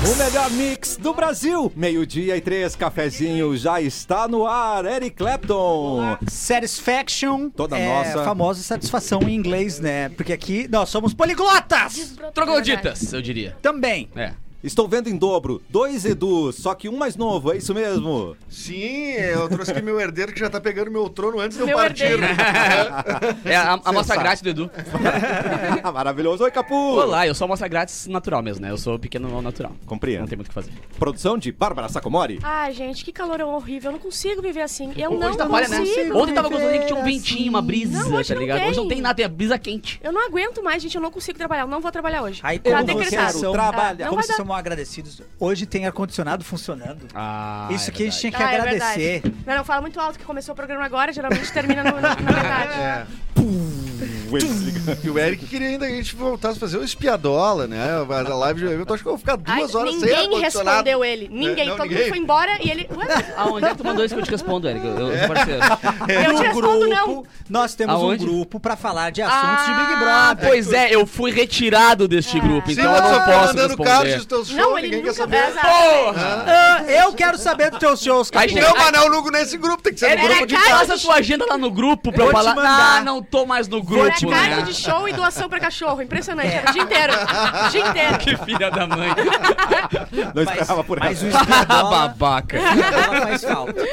música mix do Brasil. Meio-dia e três, cafezinho já está no ar. Eric Clapton. Satisfaction. Toda é, nossa. famosa satisfação em inglês, né? Porque aqui nós somos poliglotas Trogloditas, eu diria. também. É. Estou vendo em dobro. Dois Edu, só que um mais novo, é isso mesmo? Sim, é, eu trouxe aqui meu herdeiro que já tá pegando meu trono antes de eu Meu partir. É a, a mostra grátis do Edu. Maravilhoso. Oi, Capu. Olá, eu sou a mostra grátis natural mesmo, né? Eu sou pequeno ao natural. Compreendo. Não tem muito o que fazer. Produção de Bárbara Sacomori. Ah, gente, que calor horrível. Eu não consigo viver assim. Eu não tá fora, né? consigo. Ontem tava gostando que tinha um ventinho, uma brisa, Não, hoje tá não ligado? tem. Hoje não tem nada, é brisa quente. Eu não aguento mais, gente. Eu não consigo trabalhar. Eu não vou trabalhar hoje. Aí tá como vocês decretado. são, trabalha. Não como vai vocês dar. são agradecidos, hoje tem ar-condicionado funcionando. Ah, Isso que a gente tinha que Ah, é agradecer. verdade. não, não, fala muito alto que começou o programa agora. Geralmente termina no- na metade. É, E o Eric queria ainda que a gente voltasse a fazer o espiadola, né? A live de eu acho que eu vou ficar duas Ai, horas sem ninguém ar-condicionado. É, respondeu ele. Ninguém. Não, Todo ninguém. mundo foi embora e ele... Ué, Aonde é que tu mandou isso que eu te respondo, Eric? Eu, eu sou parceiro. eu te respondo não. Um nós temos Aonde? um grupo pra falar de assuntos de Big Ah, Brother. pois é, eu fui retirado deste É. grupo, Sim, então eu mas não tá posso mandando cards responder. dos teus shows, Não, ele ninguém nunca... quer saber. Exato. Porra! Ah, eu quero saber dos teus shows, cara. Aí chega- Não, mas não lugo nesse grupo, tem que ser Era no grupo de cara de Passa a tua agenda lá no grupo pra eu Vou te falar. mandar. Ah, não tô mais no Era grupo, carta né? de show e doação pra cachorro. Impressionante. Era o dia inteiro. O dia inteiro. Que filha da mãe. Não Mas- esperava por Mas essa. o espiadola, Babaca. ela faz falta.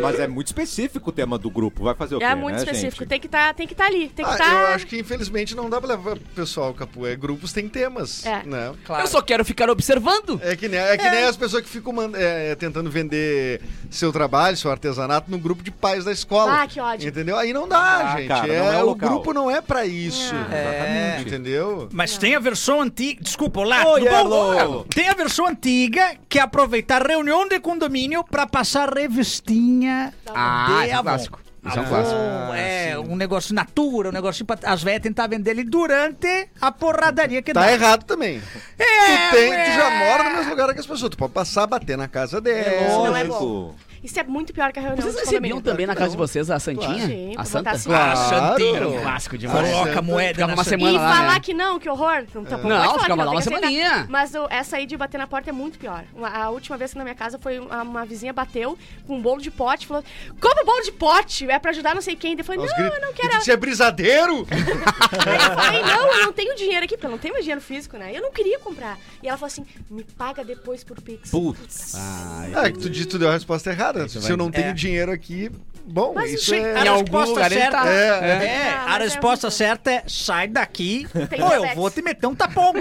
Mas é muito específico o tema do grupo. Vai fazer o quê, É muito né, específico. gente? Tem que tá, tem que tá ali. Tem que Ah, tá... eu acho que infelizmente não dá pra levar pro pessoal, Capu. É grupos tem temas, É. né? Claro. Eu só quero ficar observando. Então, É que nem, é que nem as pessoas que ficam mand- é, tentando vender seu trabalho, seu artesanato no grupo de pais da escola. Ah, que ódio. Entendeu? Aí não dá, Ah, dá, gente. cara, não é, é o o local. grupo não é pra isso. É. Entendeu? Mas tem a versão antiga. Desculpa, olá. Oi, tudo bom? Erlon. Tem a versão antiga que é aproveitar reunião de condomínio pra passar revistinha. Ah, de é um Avon. clássico. Isso é um Avon, clássico. é, um negócio natura, um negócio pra as velhas tentar vender ele durante a porradaria que Tá dá. errado também. É, tu, tem, tu já é. mora no mesmo lugar que as pessoas. Tu pode passar, bater na casa Isso dela. não é bom. Isso é muito pior que a reunião Vocês de recebiam condomínio. também na casa de vocês a Santinha? Sim, a vou Santa? é botar assim. Claro. Santinha, Claro. um clássico Ah, demais. Coloca certo. a moeda Ficava na uma santinha. semana e lá, falar né? que não, que horror. Não, tá, pode Não, falar que ficava não, lá tem uma que aceitar. semaninha. Mas o- essa aí de bater na porta é muito pior. Uma- A última vez que na minha casa foi uma, uma vizinha bateu com um bolo de pote. Falou, como bolo de pote? É pra ajudar não sei quem. Daí Eu falei, Aos não, gritos. eu não E quero. tu, Você é brisadeiro? Aí eu falei, não, eu não tenho dinheiro aqui, porque eu não tenho mais dinheiro físico, né? Eu não queria comprar. E ela falou assim, me paga depois por Pix. Putz. ah, que tu disse, tu deu a resposta errada. Se eu não tenho dinheiro aqui, bom, É. Mas isso sim, é... Em A algum resposta lugar ele certa tá. É, é, Ah, mas a é resposta horrível. certa é sai daqui Tem ou eu diabetes. vou te meter um tapão.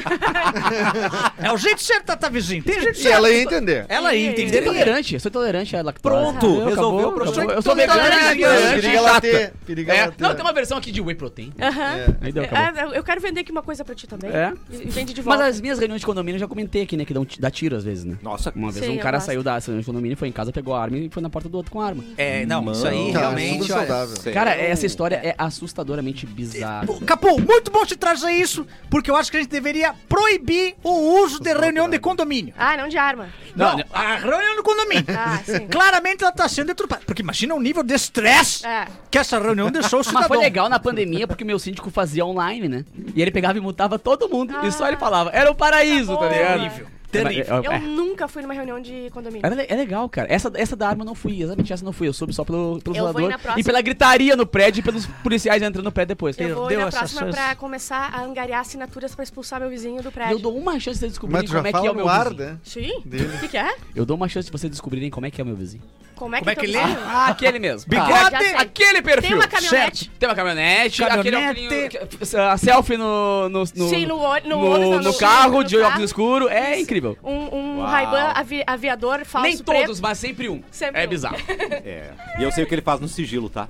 é o jeito certo de tratar vizinho. Tem jeito E ela certo. ia entender. Ela ia Eu sou entender. intolerante, é eu sou intolerante à lactose. Pronto, Entendeu? resolveu Acabou, o problema. acabou. Eu sou Intolerante, vegano, né? intolerante, Periga ela chata. ter. Periga É. ela ter. Não, tem uma versão aqui de whey protein. Aham. Aí deu, acabou. Ah, eu quero vender aqui uma coisa pra ti também. É? E Vende de Mas volta. as minhas reuniões de condomínio eu já comentei aqui, né? Que dão ti- dá tiro às vezes, né? Nossa, Uma vez Sim, um eu cara gosto. saiu da reunião de condomínio, foi em casa, pegou a arma e foi na porta do outro com a arma. É, não, isso aí Não, isso realmente. é olha, saudável. Sei. Cara, essa história é assustadoramente bizarra. Pô, Capô, muito bom te trazer isso, porque eu acho que a gente deveria proibir o uso de reunião de condomínio. Ah, não de arma. Não, Não, não. a reunião de condomínio. Ah, sim. Claramente ela tá sendo deturpada. Porque imagina o nível de estresse É. que essa reunião deixou o Mas cidadão. foi legal na pandemia porque meu síndico fazia online, né? Tá E ele pegava e mutava todo mundo e só ele falava. Era o paraíso, tá Ah. Tá bom. ligado? Terrível, terrível. É, Eu é, nunca fui numa reunião de condomínio. é- é legal, cara. Essa, essa da arma eu não fui, exatamente essa eu não fui. Eu soube só pelo, pelo Eu vou ir zelador na próxima. e pela gritaria no prédio e pelos policiais entrando no prédio depois. Eu vou Perdeu na essa próxima chance. pra começar a angariar assinaturas pra expulsar meu vizinho do E prédio. eu dou uma chance de vocês descobrirem Mas tu já como é que fala é o meu no ar, vizinho. né? Sim? Dele. O que, que é? Eu dou uma chance de vocês descobrirem como é que é o meu vizinho. Como é que, Como é que teu ele é? vizinho- Ah, aquele mesmo. Ah, já sei. aquele perfil. Tem uma caminhonete? Tem uma caminhonete, aquele Caminhonete. óculinho- a selfie no, no, no, Sim, no olho- no no- olho, não, no no- carro no de carro. óculos escuro. É incrível. Um, um Uau. Ray-Ban avi- aviador falso Nem preto. todos, mas sempre um. Sempre é um. bizarro. É. E eu sei o que ele faz no sigilo, tá?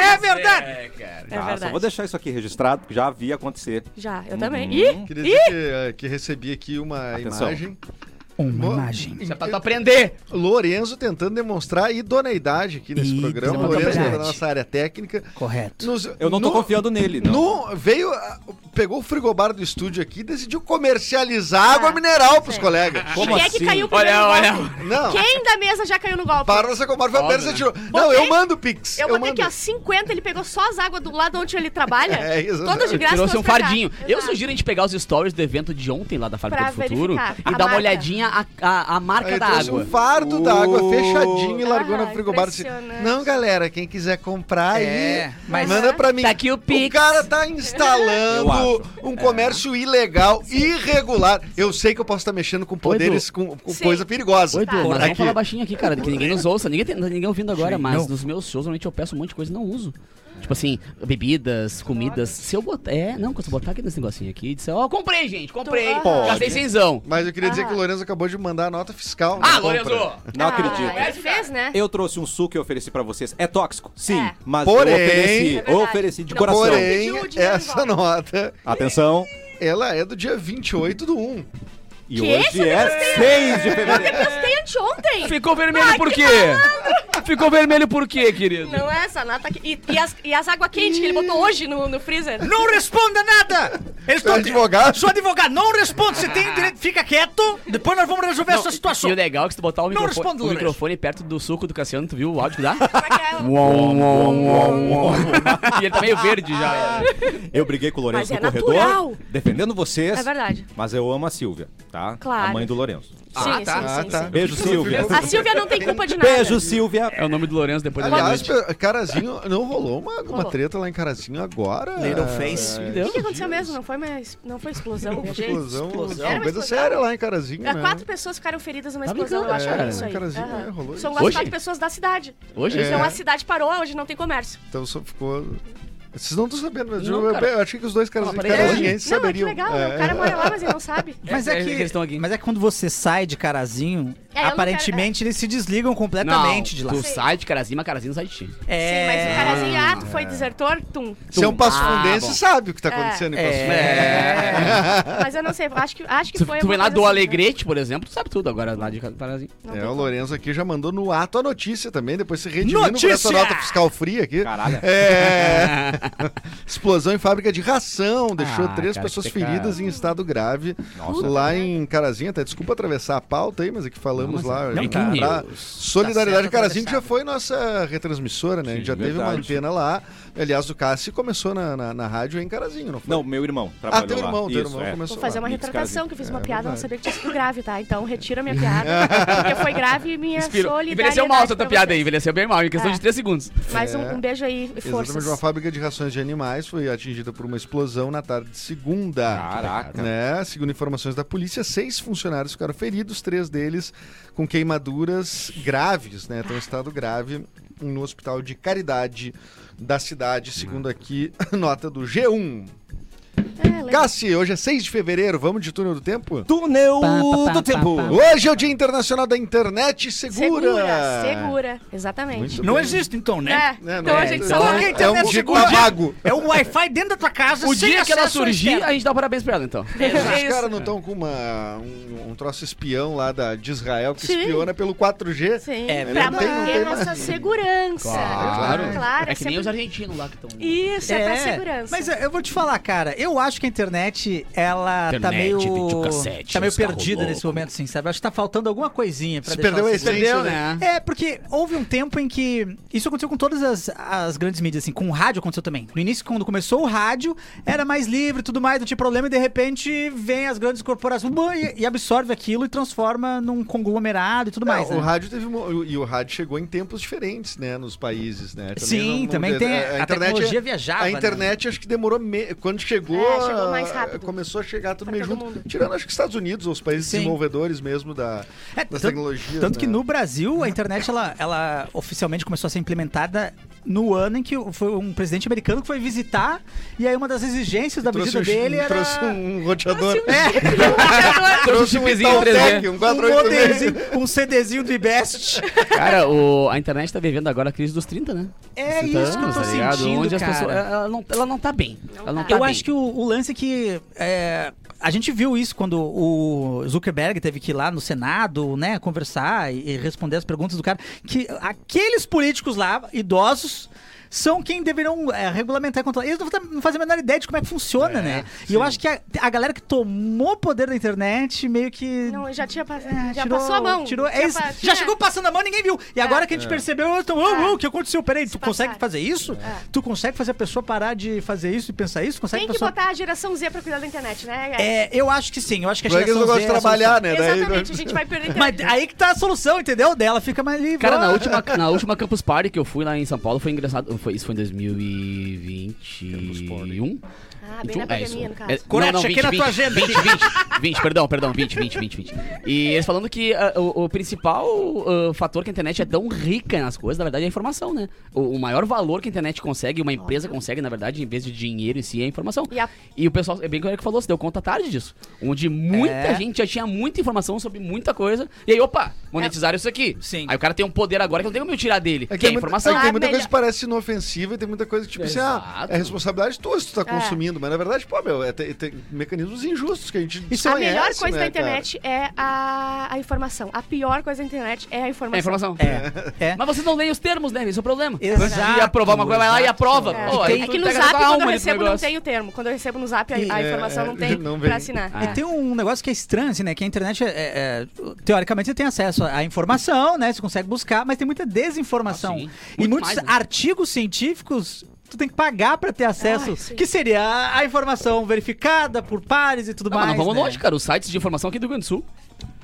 É verdade. Ah, cara. É Tá, verdade. Só vou deixar isso aqui registrado, que já havia acontecer. Já, eu também. Ih, Queria dizer que, eh, que é, recebi aqui uma Atenção. imagem uma Boa. imagem. Isso é pra tu aprender. Lorenzo tentando demonstrar idoneidade aqui nesse Ih, programa. idoneidade. Lorenzo da nossa área técnica. Correto. Nos- é Eu não tô no- confiando nele, não. no- veio, ah, pegou o frigobar do estúdio aqui e decidiu comercializar Ah, água mineral pros Sim. colegas. Como Quem é assim? que caiu primeiro Olha, no olha. golpe? Não, Quem da mesa já caiu no golpe? parou essa comarca, foi a Óbvio, Persa né? tirou. Não, eu Botei- mando o Pix. Eu botei mando. aqui, ó, 50, ele pegou só as águas do lado onde ele trabalha. É, isso. Todo de graça. Trouxe um trouxe pra cá. fardinho. Eu Exato. sugiro a gente pegar os stories do evento de ontem lá da Fábrica Pra do Futuro verificar e a dar uma marca. olhadinha a, a, a marca Aí da trouxe água. um fardo da água Uh. fechadinho e largou Ah, no frigobar. Disse, impressionante. não, galera, quem quiser comprar É, aí, mas- manda pra mim. Tá aqui o Pix. cara tá Eu acho. instalando um comércio É. ilegal, irregular. Eu sei que eu posso estar mexendo com poderes, com, com Sim. coisa perigosa. Tá. Oi, Edu, mas vamos Aqui. falar baixinho aqui, cara, que ninguém nos ouça. Ninguém tem, ninguém ouvindo agora, Gente, mas não. nos meus shows, normalmente eu peço um monte de coisa e não uso. Tipo assim, bebidas, comidas. Se eu botar. É, não, se eu botar aqui nesse negocinho aqui e disser, ó, comprei, gente, comprei. Tu- Ah. Pode. Gastei cenzão. Mas eu queria dizer Ah. que o Lourenço acabou de mandar a nota fiscal. Ah, na compra. Lorenzo! Não Ah, acredito. Ele fez, né? Eu trouxe um suco que eu ofereci pra vocês. É tóxico? Sim, É. mas Porém- eu ofereci, É verdade. ofereci de Não, coração. Porém, Pediu o dinheiro essa de volta. nota, Atenção. ela é do dia 28 do 1. E Que isso? hoje é 6 de fevereiro. Testei anteontem. Ficou vermelho por quê? Ficou vermelho por quê, querido? Não é essa nata aqui. E, e as, e as águas quentes que ele botou hoje no, no freezer. Não responda nada! Eu estou É advogado? Sou advogado, não responda. Você tem direito, fica quieto, depois nós vamos resolver essa situação. E o legal é que se tu botar o, microfone, respondo, o Lourenço. microfone perto do suco do Cassiano, tu viu o áudio que dá? Como é que é? e ele tá meio verde já. Eu briguei com o Mas Lourenço é no corredor, natural. defendendo vocês. É verdade. Mas eu amo a Silvia, tá? Claro. A mãe do Lourenço. Sim, sim, tá, Ah, Ah, sim, sim. Beijo, Silvia. A Silvia não tem culpa de nada. Beijo, Silvia. É o nome do Lourenço depois da Aliás, noite. pe- Carazinho, não rolou uma, uma Rolou. treta lá em Carazinho agora? Little face. É, Me O deu. que, que aconteceu mesmo? Não foi, mais, não foi explosão. uma gente. explosão, Era uma uma coisa explosão? séria lá em Carazinho, Ah, né? Quatro pessoas ficaram feridas numa Tá explosão, eu brincando, acho cara. que é isso aí. Carazinho, Aham. é, São rolou isso. as quatro Hoje? pessoas da cidade. Hoje? É. Então a cidade parou, hoje não tem comércio. Então só ficou... Vocês não estão sabendo, mas Não, eu, cara. eu achei que os dois caras Não, não, carazinhenses é que saberiam. legal, né? o cara mora lá, mas ele não sabe. Mas É, é, é que que, eles estão aqui. mas é que quando você sai de carazinho, É, eu não aparentemente eles se desligam completamente de lá. Tu sai de Carazinho, mas Carazinho sai de ti. Sim, mas o É. carazinho, ah, tu foi desertor, tum. Se é um passo Ah, fundense, bom. sabe o que tá É. acontecendo em passo É. Mas eu não sei, acho que, acho que Se foi. tu vem alguma lá coisa do assim, Alegrete, por exemplo, tu sabe tudo agora lá de Carazinho. né? Não É, tem o como. Lourenço aqui já mandou no ato a notícia também, depois se redimindo por Notícia! essa nota fiscal fria aqui. Caralho. É. Explosão em fábrica de ração, deixou Ah, três cara, pessoas que pecado. feridas em estado grave. Nossa. lá em Carazinho, até desculpa atravessar a pauta aí, mas é que falamos Não, mas lá. é- não, gente, tá. pra Solidariedade Tá certo, Carazinho, que tá já foi nossa retransmissora, né? A gente Sim, já teve uma verdade. antena lá. Aliás, o Cássio começou na, na, na rádio em Carazinho, não foi? Ah, Não, meu irmão. trabalhou teu lá. irmão, teu Isso, irmão é. começou. Vou fazer uma Mix, retratação, carazinho. que eu fiz É uma piada, não verdade. sabia que tinha sido grave, tá? Então retiro a minha piada, porque foi grave e minha Inspirou. solidariedade. é Envelheceu mal essa tua pra piada aí, vocês. envelheceu bem mal, em questão É. de 3 segundos. Mas um, É. um beijo aí e Exatamente, forças. uma fábrica de rações de animais foi atingida por uma explosão na tarde de segunda. Ah, Caraca. Né? Segundo informações da polícia, seis funcionários ficaram feridos, três deles com queimaduras graves, né? Estão em estado grave no hospital de caridade da cidade, segundo aqui nota do G1. É, legal. Cassi, hoje é 6 de fevereiro, vamos de túnel do tempo? Túnel do tempo. Ah. Hoje é o Dia Internacional da Internet Segura! Segura, segura. Exatamente. Muito Não bem. existe então, né? É, Né, então não a é- gente então- só Coloca a É um internet dia com segura. abago. É um Wi-Fi dentro da tua casa O sem dia que ela acesso surgir, externo. a gente dá parabéns pra ela, então. É Os caras não estão com uma, um, um troço espião lá da, de Israel que Sim. espiona pelo 4G? Sim, É pra verdade. Não tem- não manter tem nossa mais. segurança. Claro. claro É que nem sempre- os argentinos lá que estão. Isso, é, pra segurança. Mas eu- eu vou te falar, cara, eu acho que a internet, ela tá Internet, meio. videocassete, tá meio os carros perdida loucos. nesse momento, assim, sabe? Acho que tá faltando alguma coisinha pra Se deixar perdeu o a segundo. essência. Entendeu, né? né? É, porque houve um tempo em que. Isso aconteceu com todas as, as grandes mídias, assim, com o rádio aconteceu também. No início, quando começou o rádio, era mais livre e tudo mais, não tinha problema, e de repente vem as grandes corporações bum, e, e absorve aquilo e transforma num conglomerado e tudo É, mais. o né? rádio teve uma- e o rádio chegou em tempos diferentes, né, nos países, né? Sim, também tem. A, tecnologia viajava. é- A né? internet acho que demorou me- quando chegou, É, chegou mais rápido. começou a chegar tudo Pra meio todo junto, mundo. tirando acho que Estados Unidos, os países Sim. desenvolvedores mesmo da É, das tanto- tecnologias. Tanto que né? no Brasil, a internet, ela, ela oficialmente começou a ser implementada no ano em que o- foi um presidente americano que foi visitar, e aí uma das exigências da trouxe visita um- dele era... trouxe um roteador, Trouxe um chipzinho 3D. um Um, 486. modelzinho, um CDzinho do IBEST. Cara, o- a internet tá vivendo agora a crise dos 30, né? É Tá, isso que eu tô tá ligado? sentindo, Onde cara. as pessoas. Ela, ela não, ela não tá bem. Ela não tá. tá Eu bem. acho que o, o lance é que é, a gente viu isso quando o Zuckerberg teve que ir lá no Senado, né, conversar e, e responder as perguntas do cara, que aqueles políticos lá, idosos, são quem deveriam é, regulamentar e controlar. Eles não fa- não fazem a menor ideia de como é que funciona, né? E eu acho que a, a galera que tomou o poder da internet meio que... Não, já tinha passado. é, já tirou- passou É. a mão. Tirou, é já, né? isso. pa- já tinha- chegou passando a mão, ninguém viu. E agora que a gente percebeu, então, uou, uou, o que aconteceu? Peraí, tu consegue passaram. fazer isso? Tu consegue fazer a pessoa parar de fazer isso e pensar isso? Consegue É. Tem que a pessoa... botar a geração Z pra cuidar da internet, né? É, eu acho que sim. Eu acho que a Porque eles geração não gostam Z de é a trabalhar, né? Daí- Exatamente, a gente vai perder solução. internet. Mas aí que tá a solução, entendeu? Dela fica mais livre. Cara, na última, na última Campus Party que eu fui lá em São Paulo foi engraçado. Foi, isso foi em 2021. Ah, bem na pandemia, no caso. Correto, É não, não, chequei na tua agenda. 20, 20, 20, perdão, perdão, 20, 20, 20, 20. E eles falando que ah, o, o principal ah, fator que a internet é tão rica nas coisas, na verdade, é a informação, né? O, o maior valor que a internet consegue, uma empresa consegue, na verdade, em vez de dinheiro em si, é a informação. E a- E o pessoal, é bem como é que falou, se deu conta tarde disso. Onde muita É. gente já tinha muita informação sobre muita coisa. E aí, opa, É. monetizaram isso aqui. Sim. Aí o cara tem um poder agora que não tem como eu tirar dele. É que que é tem muita- informação. é que tem muita Ah, coisa melhor. que parece inofensiva e tem muita coisa que, tipo assim, ah, Exato. é responsabilidade tua se tu É. tá consumindo. Mas na verdade, pô, meu, é, tem, tem mecanismos injustos que a gente Isso A desconhece, melhor coisa né, da cara? internet é a, a informação. A pior coisa da internet é a É informação. informação. É. é. Mas vocês não leem os termos, né? Esse é o problema. Exato, Antes de aprovar uma coisa, vai lá e aprova. É. Pô, É aí tu que no pega zap, a quando eu alma nesse recebo, não negócio. tem o termo. Quando eu recebo no zap, a, E- a informação é, não tem não vem. pra assinar. Ah. E tem um negócio que é estranho, assim, né? Que a internet, é, é, teoricamente, você tem acesso à informação, né? Você consegue buscar, mas tem muita desinformação. Ah, sim. e Muito muitos mais, né? artigos científicos, tu tem que pagar pra ter acesso, Ah, sim. que seria a- a informação verificada por pares e tudo Não, Ah, mas mais. não vamos né? longe, cara. Os sites de informação aqui do Rio Grande do Sul.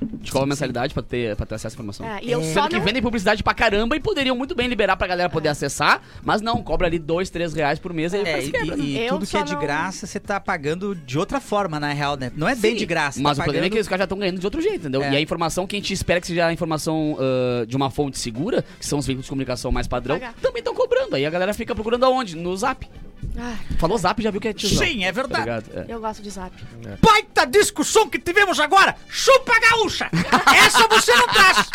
De qual a mensalidade pra ter, pra ter acesso à informação? É, e eu Sendo só que não- É. vendem publicidade pra caramba e poderiam muito bem liberar pra galera poder acessar, mas não, cobra ali dois, três reais por mês e aí É, é, e, quebra. né? e Eu tudo que é só de não- graça, você tá pagando de outra forma, na real, né? Não é bem Sim, de graça. Mas tá o problema é pagando- que os caras já estão ganhando de outro jeito, entendeu? É. E a informação que a gente espera que seja a informação ah, de uma fonte segura, que são os veículos de comunicação mais padrão, Pagar. também estão cobrando. Aí a galera fica procurando aonde? No zap. Ah, Falou zap, já viu que é tiozão. Sim, é Tá verdade. ligado? É. eu gosto de zap. baita discussão que tivemos agora. Chupa gaúcha! Essa você não traz!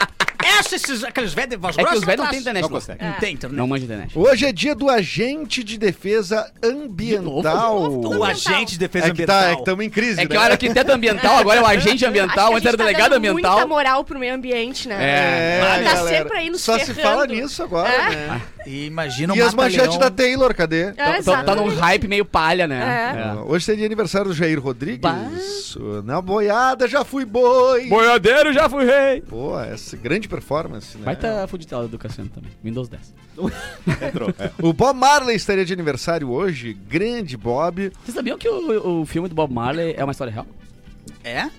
Essa, esses, aqueles velhos de voz É grossa que os velhos não não traz. têm internet. Não Não, consegue. Não tem então, né? internet. não manja internet. Hoje é dia do agente de defesa ambiental. O agente de defesa É que tá, é que ambiental. estamos em crise, É que né? o arquiteto ambiental agora é o agente ambiental, Acho antes que a era o gente tá delegado dando muita ambiental. moral pro meio ambiente, né? É, Tá galera, sempre aí nos Só se ferrando. fala nisso agora, É. né? E imagina um E as manchetes mata-leão. da Taylor, cadê? É, Tá, tá exatamente. num hype meio palha, né? Ah, Hoje seria aniversário do Jair Rodrigues. Na boiada já fui boi. Boiadeiro já fui rei! Pô, essa grande performance, né? Vai tá full de tela do Cassiano também. Windows 10. Entrou. É. O Bob Marley estaria de aniversário hoje. Grande Bob. Vocês sabiam que o, o filme do Bob Marley é uma história real? É?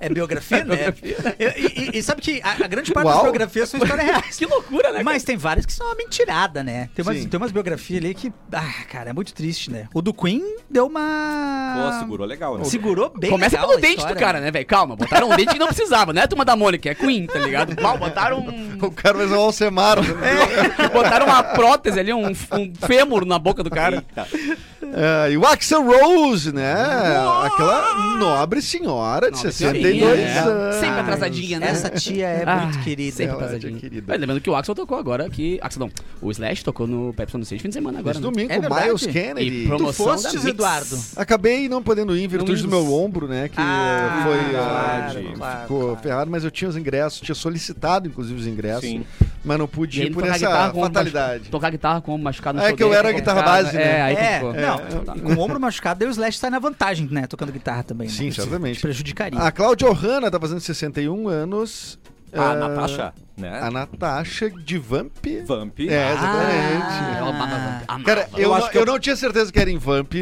É biografia, né? Eu- e, e- e sabe que a, a grande parte das Uau. biografias são histórias reais. Que loucura, né? Mas tem várias que são uma mentirada, né? Tem umas, Sim. tem umas biografias ali que. Ah, cara, é muito triste, né? O do Queen deu Ah. uma. Pô, segurou legal, né? Segurou bem. Começa legal pelo a dente história, do cara, né, velho? Calma, botaram um dente que não precisava, né? Turma da Mônica, é Queen, tá ligado? Mal, botaram um. O cara vai usar o Alcemar. É. Botaram uma prótese ali, um, um fêmur na boca do cara. Eita. É, e o Axel Rose, né? Aquela nobre senhora de Nobre 62 senhorinha, né? anos. Sempre atrasadinha, né? Essa tia é Ah, muito querida. sempre Sempre Ela é atrasadinha. querida. Mas lembrando que o Axel tocou agora que. Axel não. O Slash tocou no Pepsi no Stage fim de semana agora. Esse né? domingo, É o verdade. Miles E Kennedy. promo- Tu Promoção da fostes, Mix. Eduardo. Acabei não podendo ir em virtude do meu ombro, né? Que Ah, eh, foi. claro, ah, claro, ficou claro. ferrado, mas eu tinha os ingressos, tinha solicitado, inclusive, os ingressos. Sim. Mas não pude ir ele por tocar essa guitarra com o fatalidade. machu- Tocar guitarra com o machucado no É show que eu dele, era é guitarra complicado. base, é, né? Aí é, tu ficou. não, e com o ombro machucado, daí o Slash tá na vantagem, né? Tocando guitarra também. né? Sim, Isso certamente. Te prejudicaria. Ah, A Cláudia Ohana tá fazendo 61 anos. A eh, Ah, Natasha, A né? Natasha de Vamp. Vamp. É, Ah. exatamente. Ela Ah, amava- amava. Cara, eu, acho não, que eu- eu não tinha certeza que era em Vamp,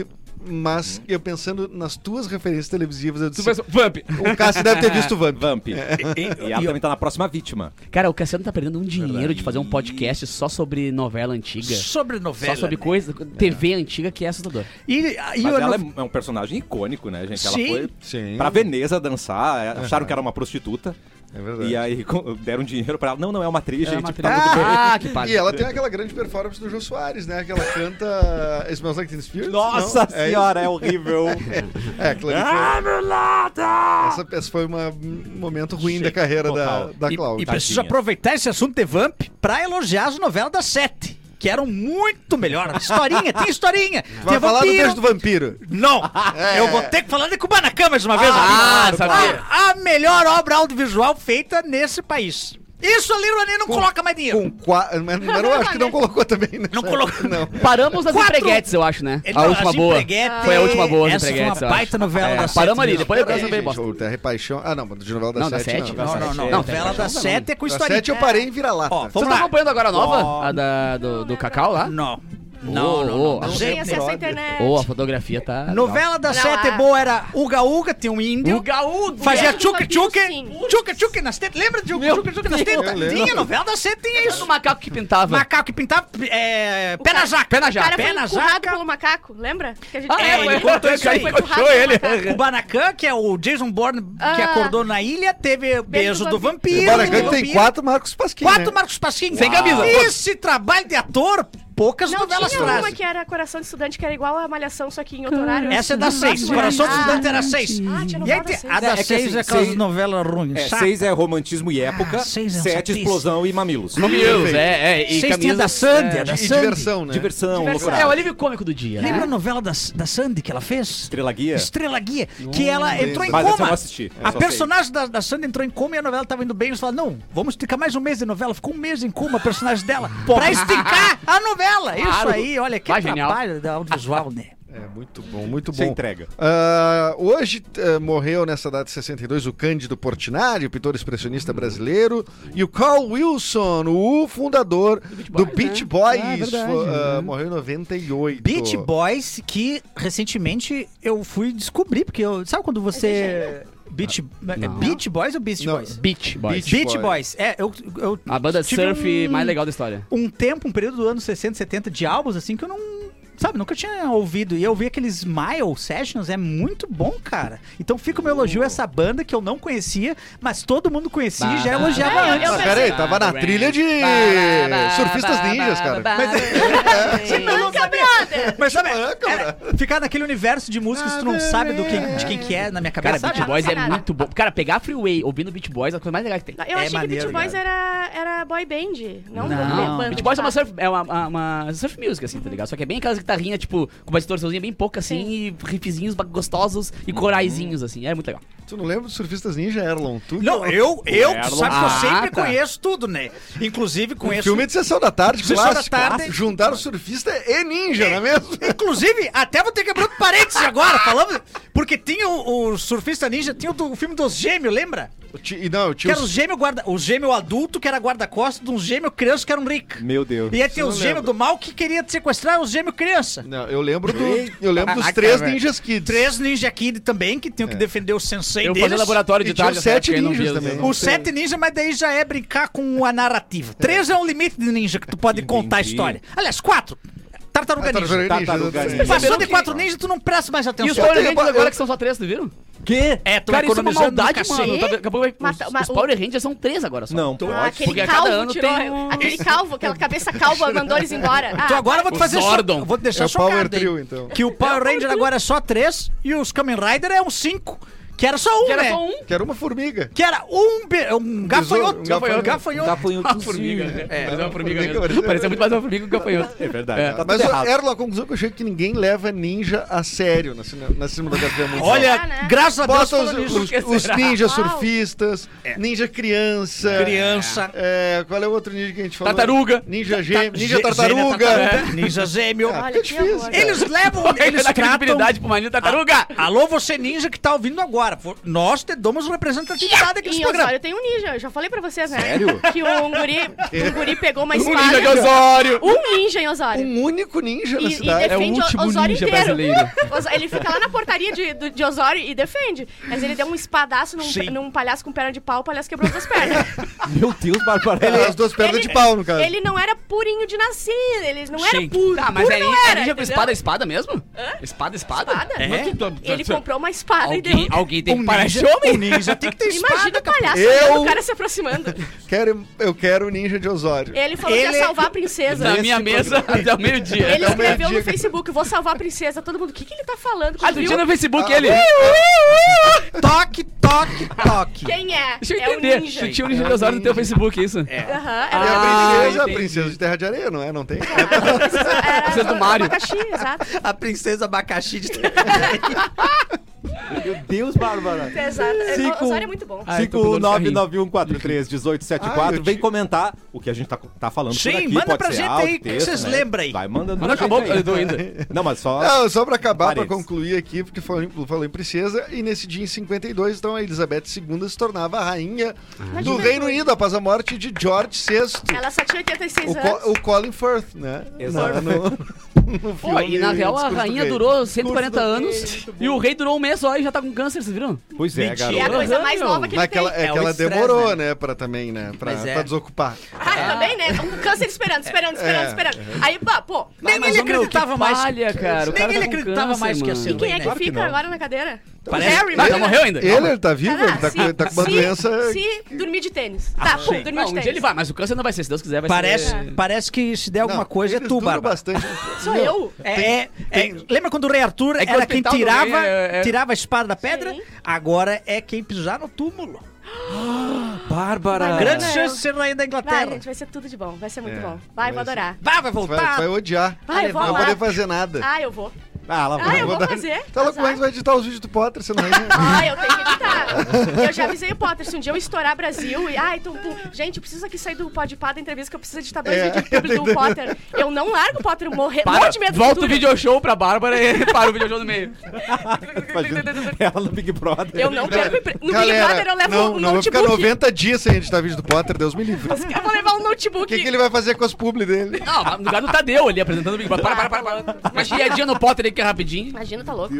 mas eu pensando nas tuas referências televisivas, eu Tu disse, pensou, Vamp! o Cássio deve ter visto Vamp. Vamp. E, e- e ela também tá na próxima vítima. Cara, o Cassiano tá perdendo um dinheiro de fazer um podcast só sobre novela antiga. Sobre novela. né? só sobre coisa, TV antiga que é assustador. E, e Mas eu ela não- é um personagem icônico, né, gente? Ela Sim. foi Sim, pra Veneza dançar, é, acharam que era uma prostituta. é verdade. E aí co- deram dinheiro pra ela. Não, não, é uma atriz, É gente. uma atriz- tá tudo bem. ah, que padre. E ela tem aquela grande performance do Jô Soares, né? Que ela canta Smells Like Teen Spirit. Nossa não? É senhora, é, horrível. isso? É, aquela ali foi- ah, mulata! essa peça foi uma- um momento ruim da Sim, carreira da, total. Tá, da E, e Cláudia. preciso Tadinha. aproveitar esse assunto de Vamp pra elogiar as novelas das sete. que eram muito melhor. Historinha, tem historinha. Vai tem falar do vampiro. beijo do vampiro. Não! Eu vou ter que falar de Kubanacan mais uma vez. É. Ah, amigo. sabia. A, a melhor obra audiovisual feita nesse país. Isso ali o Ronê não coloca mais dinheiro. Com quatro. Mas, mas eu acho que não colocou também, né? Não colocou. Não. Paramos nas Quatro. empreguetes, eu acho, né? Ele a não, última as boa. Empreguetes- Foi a última boa, as Essa foi empreguetes, uma eu acho. baita novela É, da Paramos ali, Sete, né? depois eu Peraí, penso bem, gente, bosta. o Terra e Paixão. Ah, não, mas de novela da Não, da Sete. Sete, não. Não, não, não. Não, novela tem da mais não, Sete é com Da historinha. Sete eu parei em vira-lata. Ó, Vocês vamos estão lá. tá acompanhando agora a nova? Ó. A da, do, do Cacau lá? Não. Não, não, Não tem acesso à internet. Ou a fotografia tá. Novela da Não, Sete é a- boa era Uga Uga, tinha um índio. Uga Uga! Fazia Guerra dos tchuca Vampiros, tchuca, um sim. tchuca tchuca nas tetas. Lembra de Meu tchuca tchuca nas tetas? lembro. Tinha novela da Sete, tinha Isso isso. do macaco que pintava. Macaco que pintava, é, pé na cara- jaca. Pé na O cara jaca. foi Pena empurrado jaca. pelo macaco, lembra? Que a gente... Ah, é, ele foi- contou isso aí. foi empurrado puxou pelo ele. macaco. O Banacan, que é o Jason Bourne que Ah. acordou na ilha, teve Beijo do Vampiro. O Barangani tem quatro Marcos Pasquim. Quatro né? Marcos Pasquim. é? Sem camisa. Esse trabalho de ator, poucas Não, novelas tinha uma trazem. que era Coração de Estudante, que era igual a Malhação, só que em outro horário. Essa é da seis. Máximo Coração do horário. Estudante era seis. Ah, tinha E aí novela tem- da a seis. da É que seis assim, é aquelas seis- novelas ruins. É, chato. seis é romantismo e época, seis é sete chatice. explosão e mamilos. Né? Mamilos, é, é. E Seis tinha camisa- da Sandy, a é. da E Sandy. diversão, né? Diversão, loucura. É, o alívio cômico do dia. Lembra a Né? novela da, da Sandy que ela fez? Estrela Guia. Estrela Guia, que ela lembro. entrou em Mas essa eu coma. não assisti. A Só personagem da, da Sandy entrou em coma e a novela tava indo bem. Eles falaram, não, vamos esticar mais um mês de novela. Ficou um mês em coma a personagem dela pra esticar a novela. Isso Claro. aí, olha, que Ah, genial. trabalho da audiovisual, né? É, muito bom, muito Você bom. entrega. Ah, hoje eh, morreu nessa data de 62 o Cândido Portinari, o pintor Hum. expressionista brasileiro, e o Carl Wilson, o fundador do Beach Boys, Ah, é verdade, fo- ah, né? morreu em 98. Beach Boys, que recentemente eu fui descobrir, porque eu, sabe quando você... Beach, é Não. Beach Boys ou Beast Não. Boys? né? Beach Tipo Boys. Beach Beach Boys. Boys. É, eu, eu A banda tive surf um- mais legal da história. um tempo, um período do ano 60, 70 de álbuns, assim, que eu não. Sabe, nunca tinha ouvido. E eu vi aqueles Mile Sessions, é muito bom, cara. Então fica o meu elogio a essa banda que eu não conhecia, mas todo mundo conhecia e já Bah, elogiava bah, bah. antes. Eu Mas pensei- Ah, peraí, tava na trilha de surfistas ninjas, cara. é, Manca, brother! Mas sabe, é, ficar naquele universo de músicas que tu não sabe do que, de quem que é na minha Cara, cabeça. Beach sabe? Boys é Cara. muito bom. Cara, pegar Freeway ouvindo Beach Boys é a coisa mais legal que tem. Ah, Eu É achei maneiro, que Beach Boys cara. era, era boy band, não, Não, banda. Beach Boys é uma surf, é uma, uma- uma surf music, assim, tá ligado? Só que é bem aquelas guitarrinhas, tipo, com uma distorçãozinha bem pouca, assim, e riffzinhos ba- gostosos e coraizinhos, assim. É muito legal. Tu não lembra dos surfistas ninja, Erlon? Tu Não, eu, eu, tu sabe que eu Ah, sempre tá. conheço tudo, né? Inclusive conheço. Filme de sessão da tarde, Sessão clássico. da tarde. Juntaram surfista e ninja, não é mesmo? Inclusive, até vou ter que abrir outro parênteses agora, falando. Porque tinha o, o Surfista Ninja, tinha o, do- o filme dos gêmeos, lembra? Eu ti- e Não, eu Que tinha era o gêmeo guarda. O gêmeo adulto que era guarda-costas de um gêmeo criança que era um rico. Meu Deus. E ia ter eu o não gêmeo lembro. do mal que queria te sequestrar o gêmeo criança. Não, eu lembro, do, eu lembro dos três ninjas kids. Três Ninja Kid também, que É. tinham que defender o sensei Eu deles. fazia laboratório E de tinha tarde. os nessa sete época, eu não ninjas via, também. eu não- Os sete ninja, mas daí já é brincar com a narrativa. Três é um limite de ninja que tu pode contar a Entendi. história. Aliás, quatro. é- Tartaruga ninja. Ah, Tartaruga Ninja, Tartaruga eu Ninja. sei. Passou de que- quatro ninja, tu não presta mais E os atenção. Power tenho- Rangers eu- agora que são só três, tu viram? Que? É, tu Cara, isso é uma economizando no maldade, cacete. mano. Tá- Acabou, Mas- os, mas os Power Rangers são três agora só. Não. Ah, aquele Porque a cada calvo ano tirou, tem um- aquele calvo, aquela cabeça calva, mandou eles embora. Ah, Então agora eu vou te O fazer Zordon. cho- Vou te deixar É o chocado, Power hein? Trio, então. Que o Power Ranger agora é só três e os Kamen Rider é um cinco. Que era só um, Que era né? só um. Que era uma formiga. Que era um, be- um gafanhoto. besouro, um gafanhoto. gafanhoto. Gafanhoto Formiga. sim. É, parecia uma formiga formiga mesmo. parecia- Parecia muito mais uma formiga que um gafanhoto. É verdade. É. Tá tudo Mas errado. era a conclusão que eu chego que ninguém leva ninja a sério na, cine- na cinematografia mundial. Olha, Ah, né? graças a Deus, bota os, falando os, nisso. É. Por que os será? ninja Uau. surfistas, ninja criança. Criança. É, qual é o outro ninja que a gente falou? Tartaruga. Ninja gêmeo. Ninja Gê- tartaruga. tartaruga, Ninja gêmeo. Ah, Olha, fica que difícil. horror. cara. Eles levam, eles Eles Ah, dá tratam... credibilidade pro Marinho Tartaruga. Alô, você ninja que tá ouvindo agora. Fo- Nós te damos representatividade aqui nesse Em programa. Osório tem um ninja, eu já falei pra vocês, né? Sério? Que um guri, um guri pegou uma Um espada. ninja de Osório. Um ninja em Osório. Um único ninja E, na e cidade. É o defende último Osório ninja inteiro. brasileiro. Oso- Ele fica lá na portaria de, do- de Osório e defende. Mas ele deu um espadaço Sim. num, num palhaço com perna de pau, o palhaço quebrou as duas pernas. Meu Deus, Barbarella. é As duas pernas de pau, no caso. Ele não era purinho de nascer, ele não Sim. era puro. Tá, mas puro é, não é era, ninja com entendeu? espada, espada mesmo? Espada, espada? Espada? Mas que- Ele comprou uma espada e Alguém, deu. alguém tá Ele tem que Um parar de ninja- ser homem. um ninja tem que ter Imagina espada, o palhaço Eu- olhando o cara se aproximando. Quero, eu quero o ninja de Osório. Ele falou que Ele- ia salvar a princesa. Na minha mesa até o meio-dia. Ele É uma escreveu no dica. Facebook, vou salvar a princesa. Todo mundo, o que, que ele tá falando? Ah, Quando tu viu, tinha no Facebook ele. um Toque, toque, toque. Quem é? Deixa eu é o entender. ninja. Tu tinha um ninja dinossauro no teu Facebook, é isso? É. Aham, E era, Ah, a princesa, a entendi. princesa de Terra de Areia, não é? Não tem? era, Vocês do Mario. abacaxi, exato. A princesa abacaxi de Meu Deus, Bárbara. Exato. Cinco- O Osório é muito bom. Ah, Ai, então tô com dor de tá carrinho. 59991431874. Ai, eu Vem te- comentar o que a gente tá, tá falando Sim, por aqui. manda Pode pra ser gente áudio, aí, o que texto, vocês né? lembram aí? Vai mandando Mas não pra acabou, gente aí. eu tô ainda. Não, mas só... Não, só pra acabar, pra Paredes. concluir aqui, porque falou, em- falou em princesa, e nesse dia em 52, então a Elizabeth II se tornava a rainha do Imagina Reino tudo. Unido após a morte de George VI. Ela só tinha 86 O, anos. Co- o Colin Firth, né? Exato. No, no Pô, e na filme real a Discurso do rainha Rei. durou Discurso 140 do anos e o rei durou um mês só e já tá com câncer, vocês viram? Pois é, Mentira. E é a garoto. coisa mais Aham, nova que ele Mas que tem. ela, é É que o ela estresse, demorou, né? né? Pra também, né? Pra, Mas é. pra desocupar. Ah, também, né? Um câncer esperando, esperando, esperando, É. esperando. Aí, pá, pô. Nem mas, ele ô, meu, acreditava que mais. Falha, cara. O Nem cara ele tá com acreditava câncer, mais que assim. ia mano. ser. E quem é que Claro que fica não. agora na cadeira? Parece- Harry, Ah, Mas né? já morreu ainda? Ele, ele tá vivo? Caraca, Ele tá, com- se- tá com uma se- doença. Ah, Se dormir de tênis. Tá, pô, dormiu Não, de um tênis. dia ele vai, mas o câncer não vai ser, É. se Deus quiser vai Parece, ser. parece que se der alguma Não, coisa é eles tu, duram Bárbara. bastante. Sou Não, eu? É, é, lembra quando o rei Arthur É que o era quem hospital do rei tirava, é- é- tirava a espada da pedra? Sim. Agora é quem pisar no túmulo. Bárbara. Grande- Grandes Não. chances de ser rainha da Vai, Inglaterra. gente, vai ser tudo de bom. Vai ser muito É, bom. Vai, vou vai ser. adorar. Vai, vai Vai, voltar. vai odiar. Vai, eu não vou vai poder lá. fazer nada. Ah, eu vou. Ah, ela Ah, vai. eu vou dar- fazer. Tá louco, azar. mas vai editar os vídeos do Potter, você não vai. Ah, eu tenho que editar. Eu já avisei o Potter, se um dia eu estourar Brasil e... Ai, então, pum, gente, eu preciso aqui sair do pod pá da entrevista que eu preciso editar dois É, vídeos públicos do Potter. Eu não largo o Potter morrer. Para, morro de medo do volta o futuro. video show pra Bárbara e para o video show no meio. Imagina ela no Big Brother. Eu não quero... me pre- No Big Brother eu Galera, levo não, um não vou ficar notebook. 90 dias sem editar vídeo do Potter, Deus me livre. O Eu vou levar um notebook. que, que ele vai fazer com as publi dele? Não, mas no lugar do Tadeu ali apresentando o Big Brother. Para, para, para. para. Mas piadinha no Potter aí que é rapidinho. Imagina, tá louco.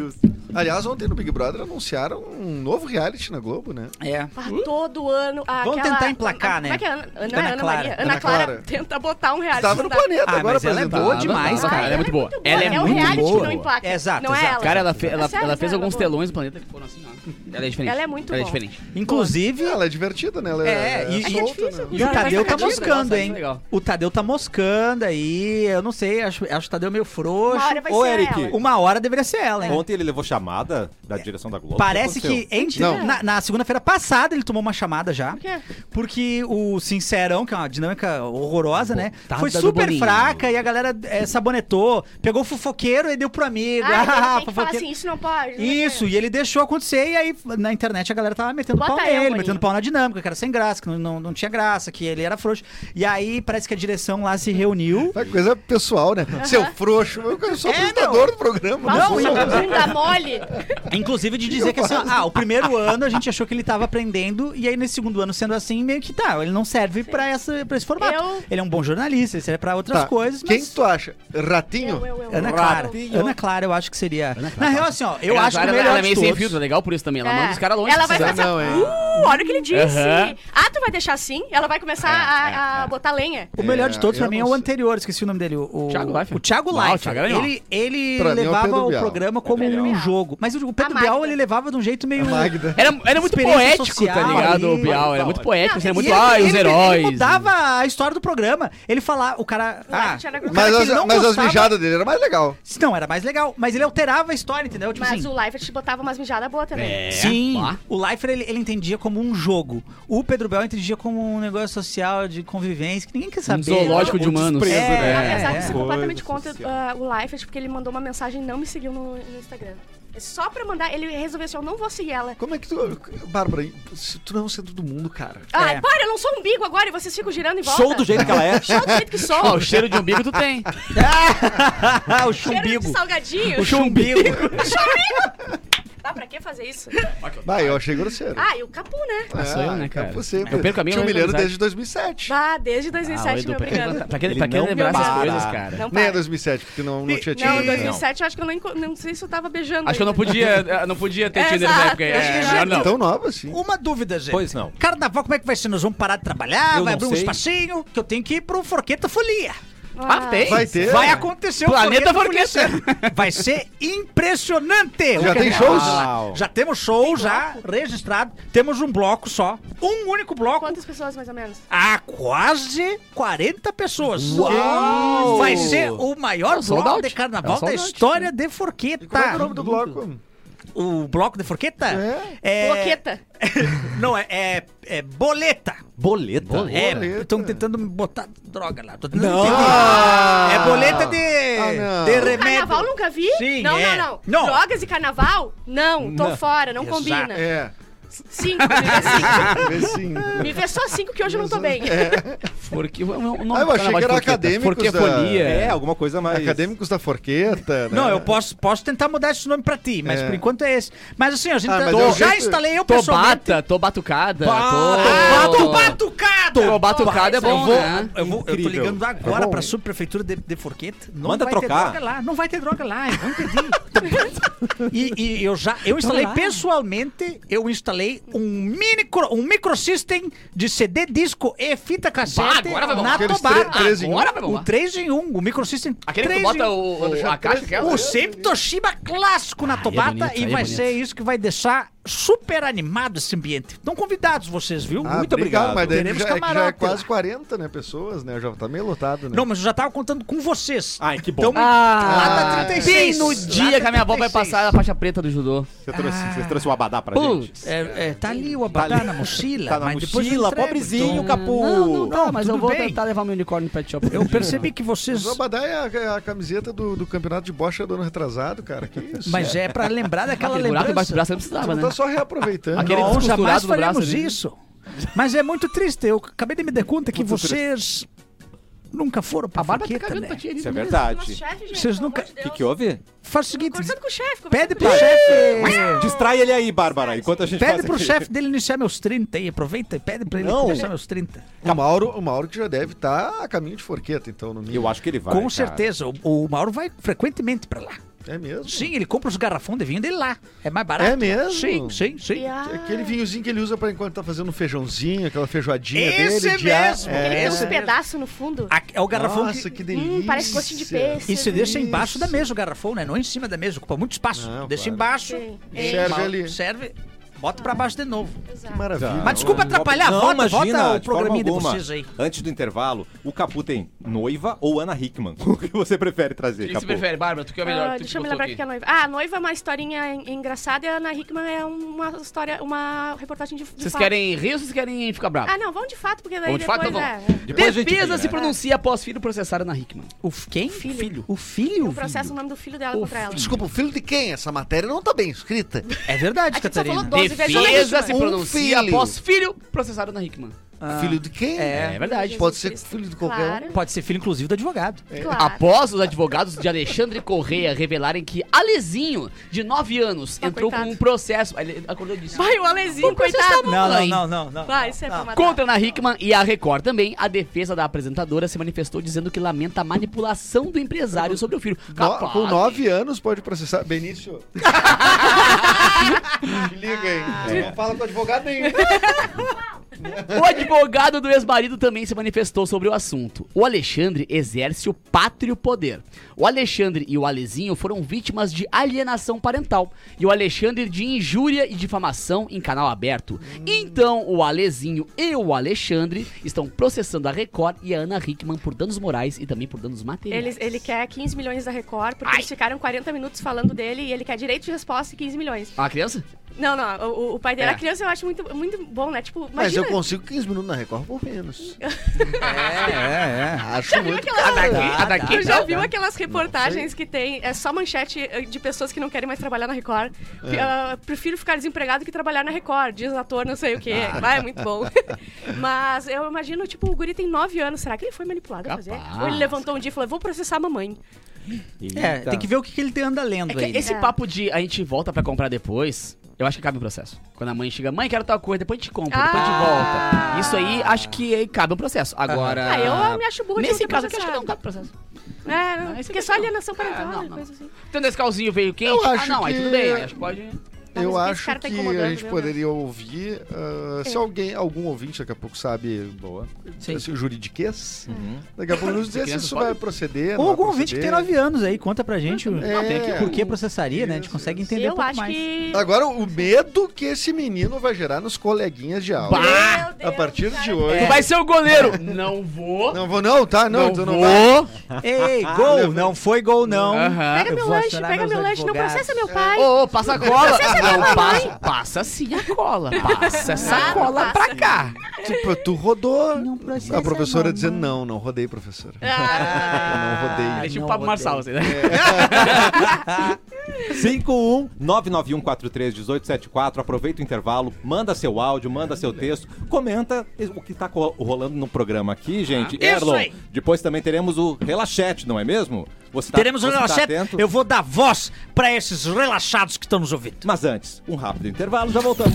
Aliás, ontem no Big Brother anunciaram um novo reality na Globo, né? É. Ah, todo ano. ah, Vamos aquela- tentar emplacar, né? Como é que é? Ana, Ana, Ana Ana Clara. Maria? Ana Ana Clara, Clara. tenta botar um reality. Tava no não dá. planeta Ah, agora, mas ela é apresentando. boa demais, Ah, cara. Ela é muito boa. Ela é o muito um reality boa. que não emplaca. Exato, não é exato. ela. Cara, ela, fe- É ela, sério, ela fez sério, alguns boa. telões no planeta que foram assim, ó. Ela é diferente. Ela é muito Ela é boa. diferente. Inclusive, Ela é divertida, né? Ela É, é, e- é e- solta, né? E o Cara, Tadeu mas tá Tadeu, moscando, negócio hein? é legal. O Tadeu tá moscando aí. Eu não sei, acho, acho o Tadeu é meio frouxo. Uma hora vai Ô, ser Eric, ela. Uma hora deveria ser ela, hein? Ontem ele levou chamada da direção da Globo. O Parece aconteceu? que em- Não. na, na segunda-feira passada ele tomou uma chamada já. quê? Porque o Sincerão, que é uma dinâmica horrorosa, né? Botada Foi do super Boninho. fraca e a galera é, sabonetou. Pegou o fofoqueiro e deu pro amigo. Ah, Ah, tem que falar assim, isso não pode. não Isso, e ele deixou acontecer, e aí na internet a galera tava metendo Bota pau eu, nele, Boninho. metendo pau na dinâmica, que era sem graça, que não, não, não tinha graça, que ele era frouxo. E aí parece que a direção lá se reuniu. É coisa pessoal, né? Seu frouxo, eu quero sou É, um apresentador do programa. né? Nossa, Não, não, bunda mole. Inclusive de dizer que assim, ó, ah, o primeiro ano a gente achou que ele tava aprendendo, e aí nesse segundo ano sendo assim, meio que tá, ele não serve pra, essa, pra esse formato. Eu- Ele é um bom jornalista, ele serve pra outras Tá, coisas, Quem mas... tu acha? Ratinho? Eu, eu, eu. Ana eu. Clara. Ratinho. Ana Clara, eu acho que seria. Na real, assim, ó, eu Ela- acho que o ela, melhor ela é de meio sem todos- filtro, é legal por isso também. Ela É. manda os caras longe. né? Ela se vai quiser. fazer. Não, hein? Uh, olha o que ele disse. Aham. Ah, tu vai deixar assim? Ela vai começar a, a botar lenha. O melhor de todos É, eu pra mim é não o sei. anterior, esqueci o nome dele. O o Thiago Leifert. O Thiago Não, Leifert. o Thiago Leifert não. ele ele Pra mim é o levava Pedro o Bial. programa como Pedro um Bial. jogo. Mas o Pedro A Bial Magda. ele levava de um jeito meio. Magda. Era, era muito Experiência poético, social tá ali. ligado, o Bial? Era muito poético, assim, era muito. E ele- Ai, ele- os Ele heróis. né? mudava a história do programa. Ele falava. O cara. O Ah, Leifert era o grosso. cara Mas, que as, ele não mas as gostava- mijadas dele era mais legal. Não, era mais legal. Mas ele alterava a história, entendeu? Tipo Mas assim. o Life te botava umas mijadas boas também. É, Sim, pá. o Leifert ele, ele entendia como um jogo. O Pedro Bial entendia como um negócio social de convivência que ninguém quer saber. Um zoológico de humanos. desprezo, É, né? Apesar de é. ser completamente contra Social. ah, o Life, porque ele mandou uma mensagem e não me seguiu no, no Instagram. É Só pra mandar, ele resolveu assim: eu não vou seguir ela. Como é que tu. Bárbara, se tu não é o centro do mundo, cara. Ai, É. para, eu não sou um bico agora e vocês ficam girando em volta. Sou do jeito que ela é. Sou do jeito que sou. Ó, o cheiro de umbigo tu tem. Ah, o Cheiro de chumbigo. salgadinho. O chumbigo. Ah, pra que fazer isso? Vai, eu achei grosseiro. Ah, e o Capu, né? É, sou eu, né, cara? É possível. Eu perco a minha, Te eu lembro humilhando da amizade. desde 2007. Ah, desde Ah, o 2007 Edu, me pra quem- obrigando. pra quem- Ele pra quem não lembrar essas para. coisas, cara. Não, Nem é tá. para. 2007, porque não, não tinha tido. Não, em né? 2007 eu acho que eu nem, co- não sei se eu tava beijando. Acho que eu não ainda. podia, eh, não podia ter Tinder na Exato. época. É, Acho que melhor já- não. Tão nova assim. Uma dúvida, gente. é Pois não. Carnaval, como é que vai ser? Nós vamos parar de trabalhar, Eu vai não abrir um sei. espacinho, que eu tenho que ir pro Forqueta Folia. Ah, tem? Vai ter. um Vai acontecer o Planeta Planeta Forqueta. Amanhecer. Vai ser impressionante. né? Já tem shows? Uau. Já temos show já registrado. Temos um bloco só. Um único bloco. Quantas pessoas, mais ou menos? a quase 40 pessoas. Uau! Vai ser o maior Sold bloco out. de carnaval É um da sold out. história de E qual é o Forqueta. nome do bloco? O bloco de Forqueta? É. É- Bloqueta. Não, é, é, é boleta. Boleta. É, Boleta. estão tentando me botar droga lá. Tô tentando Não. entender. Ah. É boleta de, Ah, não. de No remédio. Carnaval nunca vi? é Sim, não, é. não, Não. não. Drogas e carnaval? Não, tô Não. fora, não Exato. combina. É. Cinco, me vê cinco. Vê sim. Me vê só cinco que hoje eu não tô bem. Porque o o nome Ah, eu do achei carnaval que era de Forqueta. acadêmicos Forquefonia. É, alguma coisa mais. Acadêmicos da Forqueta. né? Não, eu posso, posso tentar mudar esse nome pra ti, mas É. por enquanto é esse. Mas assim, a gente Ah, tá- mas é o já jeito- instalei eu pessoalmente. Tobata, tô batucada. Ah, tô- tô batucado! Tô batucado é bom, eu vou, né? Eu, vou, eu tô Incrível. ligando É agora bom. pra subprefeitura de, de Forqueta. Não Manda vai trocar. Ter droga lá. Não vai ter droga lá, eu não entendi. e, e eu já, eu instalei pessoalmente, eu instalei um micro, um microsystem de CD, disco e fita Bah, cassete agora vai bombar. na Aqueles Tobata. tre- três em um. Agora vai O bombar. 3 em 1, o microsystem Aquele que tu 3 bota em 1. o, Vou o- deixar a caixa três que é O sempre Toshiba clássico na Tobata bonito, aí e é vai bonito. ser isso que vai deixar super animado esse ambiente. Estão convidados vocês, viu? Ah, Muito obrigado. Mas daí Teremos já, é que já é camarote quase lá. 40 né, pessoas, né? Já tá meio lotado, né? Não, mas eu já tava contando com vocês. Ai, Ah, que bom. Então, tá lá Ah, da 36. bem no Lá dia da que a minha avó vai 36. passar a faixa preta do judô. Você, trouxe, Ah. você trouxe o abadá pra gente? Putz. É, é, tá ali o abadá na mochila. Tá na mas depois eu mochila, entrego, pobrezinho, então. capu. Não, não dá, Não, mas tudo eu vou bem. tentar levar meu unicórnio no pet shop. Eu percebi que vocês... Mas o Abadá é a, é a camiseta do, do campeonato de bocha do ano retrasado, cara. Que isso? Mas é pra lembrar daquela Aquele buraco embaixo do lembrança. braço eu não Você precisava, não né? tá só reaproveitando. Aquele Não, descosturado jamais do braço faremos ali. isso. Mas é muito triste. Eu acabei de me dar conta que vocês nunca foram pra A barba tá Forqueta, cagando né? pra ti ali. Isso é beleza. Nosso verdade. chefe, gente, Vocês pelo nunca- amor de O que, Deus. que houve? Faz o Tá seguinte, Conversando com o chefe. conversando pede com pro ele. Tá, chefe... Distrai ele aí, Bárbara, enquanto a gente Pede faz pro aqui. chefe dele iniciar meus 30 aí, aproveita e pede pra ele Não. iniciar meus 30. O Mauro, o Mauro que já deve estar a caminho de Forqueta, então, no mínimo. Eu acho que ele vai. Com cara. certeza, o, o Mauro vai frequentemente pra lá. É mesmo? Sim, ele compra os garrafões de vinho dele lá. É mais barato. É mesmo? Sim, sim, sim. E, ah, Aquele vinhozinho que ele usa pra enquanto tá fazendo um feijãozinho, aquela feijoadinha Esse dele. de ar- mesmo! Ele tem É. uns pedaços no fundo. A- É o garrafão Nossa, que... que delícia. Hum, parece gostinho de peixe. E se deixa embaixo da Isso. mesa o garrafão, né? Não em cima da mesa, ocupa muito espaço. Não, deixa claro. embaixo. Sim. e Serve mal- ali. Serve, bota pra baixo de novo. Exato. Que maravilha. Tá. Mas desculpa atrapalhar, Não, volta, imagina, volta o de forma programinha de alguma. vocês aí. Antes do intervalo, o Capu tem noiva ou Ana Hickman? O que você prefere O trazer, que Capu? você prefere, Bárbara? Tu que é o melhor. Ah, tu deixa eu que me gostou lembrar o aqui. que é a noiva. Ah, a noiva é uma historinha en- engraçada e a Ana Hickman é uma história, uma reportagem de, de Vocês fato. querem rir ou vocês querem ficar bravos? Ah, não, vamos de fato, porque daí Vamos de depois fato, então é. vamos. Depois a gente Defesa liga, se né? pronuncia após filho processar Ana Hickman. O f- quem? Filho. O filho? Eu processo o nome do filho dela O contra ela. Desculpa, o filho de quem? Essa matéria não tá bem escrita. É verdade, A gente só falou Catarina. doze vezes Ana Defesa se Hickman. Um pronuncia filho. após filho processar Ana Hickman. Filho de quem? Ah, É, verdade. Pode ser filho de qualquer claro, Pode ser filho, inclusive, do advogado. Claro. Após os advogados de Alexandre Correia revelarem que Alezinho, de 9 anos, Ah, entrou coitado. com um processo. Ele acordou disso. Vai, o Alezinho, Por que vocês coitado. estavam- Não, não, não, não. Vai, isso é pra matar. Contra Ana Hickman e a Record também, a defesa da apresentadora se manifestou dizendo que lamenta a manipulação do empresário sobre o filho. No, Capaz. com nove anos pode processar. Benício. Me liga Ah. aí. Não fala com advogado nenhum. O advogado do ex-marido também se manifestou sobre o assunto. O Alexandre exerce o pátrio poder. O Alexandre e o Alezinho foram vítimas de alienação parental e o Alexandre de injúria e difamação em canal aberto. Então, o Alezinho e o Alexandre estão processando a Record e a Ana Hickman por danos morais e também por danos materiais. Ele, ele quer 15 milhões da Record, porque eles ficaram 40 minutos falando dele e ele quer direito de resposta e 15 milhões. A criança? Não, não, o, o pai dele, É. a criança, eu acho muito, muito bom, né? Tipo, imagina. Mas eu consigo 15 minutos na Record por menos. É, é, é. Acho muito. Aquelas- Tá, a daqui tá. É Tu já viu aquelas reportagens que tem é só manchete eh, de pessoas que não querem mais trabalhar na Record? Que, ah, prefiro ficar desempregado que trabalhar na Record, diz ator não sei o quê. Vai, é muito bom. Mas eu imagino, tipo, o guri tem 9 anos, será que ele foi manipulado a fazer? Capaz. Ou ele levantou um dia e falou, vou processar a mamãe. É, tem que ver o que, que ele anda lendo É que aí. né? esse É. papo de a gente volta pra comprar depois, eu acho que cabe um processo. Quando a mãe chega, mãe, quero tal coisa, depois a gente compra, depois a gente Ah. volta. Isso aí, acho que aí cabe um processo. Agora. Ah, eu me acho burro de Nesse não ter caso aqui, acho que não processado. cabe processo. É, não, esse porque é só legal. alienação parental, Ah, não, não. coisa assim. Então, nesse calzinho veio quente. Eu ah, acho não, aí que- tudo bem. aí Acho que pode. Mas eu esse acho cara tá que incomodando, a gente meu É. poderia ouvir, ah, se alguém, algum ouvinte daqui a pouco sabe, boa, Sim. Uhum. assim, o juridiquês, daqui a pouco nos dizer se Crianças isso podem? vai proceder. não Ou vai algum ouvinte que tem proceder. 9 anos aí, conta pra gente o- É, tem que- por que processaria, né? A gente Isso, consegue isso. entender um Eu pouco acho mais. que. Agora, o medo que esse menino vai gerar nos coleguinhas de aula. Bah! Meu Deus, a partir de cara. hoje. Tu É. vai ser o goleiro. Não vou. É. Não vou, não, tá? Não, Não, tu não vai. vou. Ei, gol! Não foi gol, não. Aham. Pega Eu meu vou lanche, acionar pega meus meu lanche, não advogados. processa meu pai. Ô, ô, passa a cola. Não, mamãe. passa, passa sim a cola. Passa essa Ah, cola passa. pra cá. Tu, tu rodou. processa, A professora mamãe. dizendo, não, não rodei, professora. Ah, Eu não rodei. Ah, Deixa o não, Pablo odeio. Marçal, assim, né? 51 991 43 1874. Aproveita o intervalo, manda seu áudio, manda seu texto, comenta o que tá co- rolando no programa aqui, gente. Ah, isso Erlon, aí. depois também teremos o Relaxete, não é mesmo? Você tá- Teremos um você tá relaxado. atento? eu vou dar voz pra esses relaxados que estão nos ouvindo. Mas antes, um rápido intervalo, já voltamos.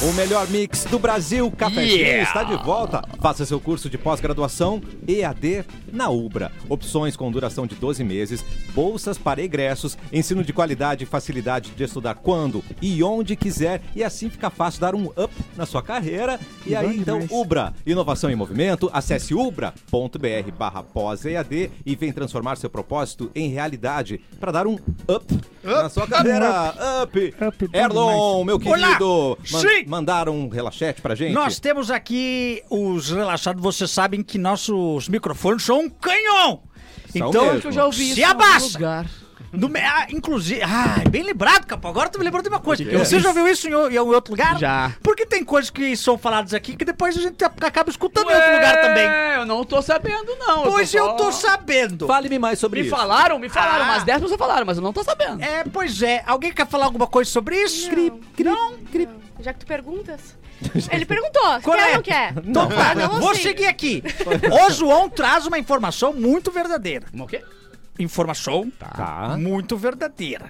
O melhor mix do Brasil, Cafezinho, Yeah! está de volta. Faça seu curso de pós-graduação EAD na Ubra. Opções com duração de 12 meses, bolsas para egressos, ensino de qualidade e facilidade de estudar quando e onde quiser. E assim fica fácil dar um up na sua carreira. E aí, então, Ubra, inovação em movimento. Acesse ubra.br barra pós-EAD e vem transformar seu propósito em realidade para dar um up, na sua carreira. Up! Erlon, meu Olá! querido! Sim! Mandaram um relaxete pra gente? Nós temos aqui os relaxados, vocês sabem que nossos microfones são um canhão. São então, É. mesmo. Eu já ouvi isso se em algum abaixa. lugar. No me- ah, inclusive, ah, bem lembrado, Capão. Agora tu me lembrou de uma coisa. que é? Você já viu isso em, o- em algum outro lugar? Já. Porque tem coisas que são faladas aqui que depois a gente acaba escutando em outro lugar também. É, eu não tô sabendo, não. Pois eu tô só- sabendo. Fale-me mais sobre Me isso. falaram, me falaram, Ah. mas 10 pessoas falaram, mas eu não tô sabendo. É, pois é. Alguém quer falar alguma coisa sobre isso? Não. Não? não. Já que tu perguntas. Ele perguntou, Qual quer é? ou não quer? Então tá, Ah, não, vou assim. seguir aqui. O João traz uma informação muito verdadeira. Uma o quê? Informação Tá. muito verdadeira.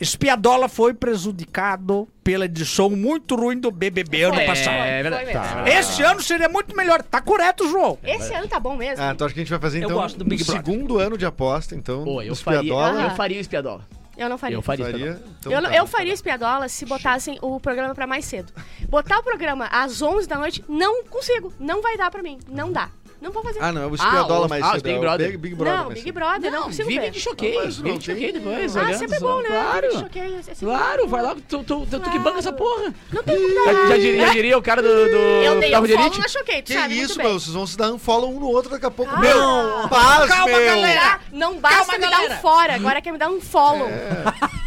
Espiadola foi prejudicado pela edição muito ruim do BBB ano É, passado. é verdade. Foi mesmo. Tá. Esse ano seria muito melhor. Tá correto, João. Esse ano tá bom mesmo. Ah, então acho que a gente vai fazer, Eu então, gosto do Big o Brother. segundo ano de aposta, então, Pô, eu faria, espiadola. Aham. eu faria um espiadola. eu não faria. Eu faria. um Faria, então eu, não- tá. eu faria espiadola se botassem o programa pra mais cedo. Botar o programa às 11 da noite, não consigo. Não vai dar pra mim. Não dá. Não vou fazer. Ah, não, é o espiadola os- mais ah, os cedo, Big é o Brother. Big, Big Brother não, mais Big cedo. Brother, não, consigo vive ver. de choquei. Mas não Vive de choquei tem- depois. Ah, olhando sempre é só. bom, né? Claro. Vive de choquei, é sempre Claro, bom. vai lá. Tu, tu, tu, tu que Claro. banca essa porra. Não tem como dar. Já diria, já diria o cara do... do Eu dei da um follow Rogerite. na choquei, tu Que sabe muito isso, bem. meu, vocês vão se dar um follow um no outro daqui a pouco. Ah. Meu, paz, Calma, meu. galera. Ah, não basta Calma, me dar galera. um fora, agora quer me dar um follow. É.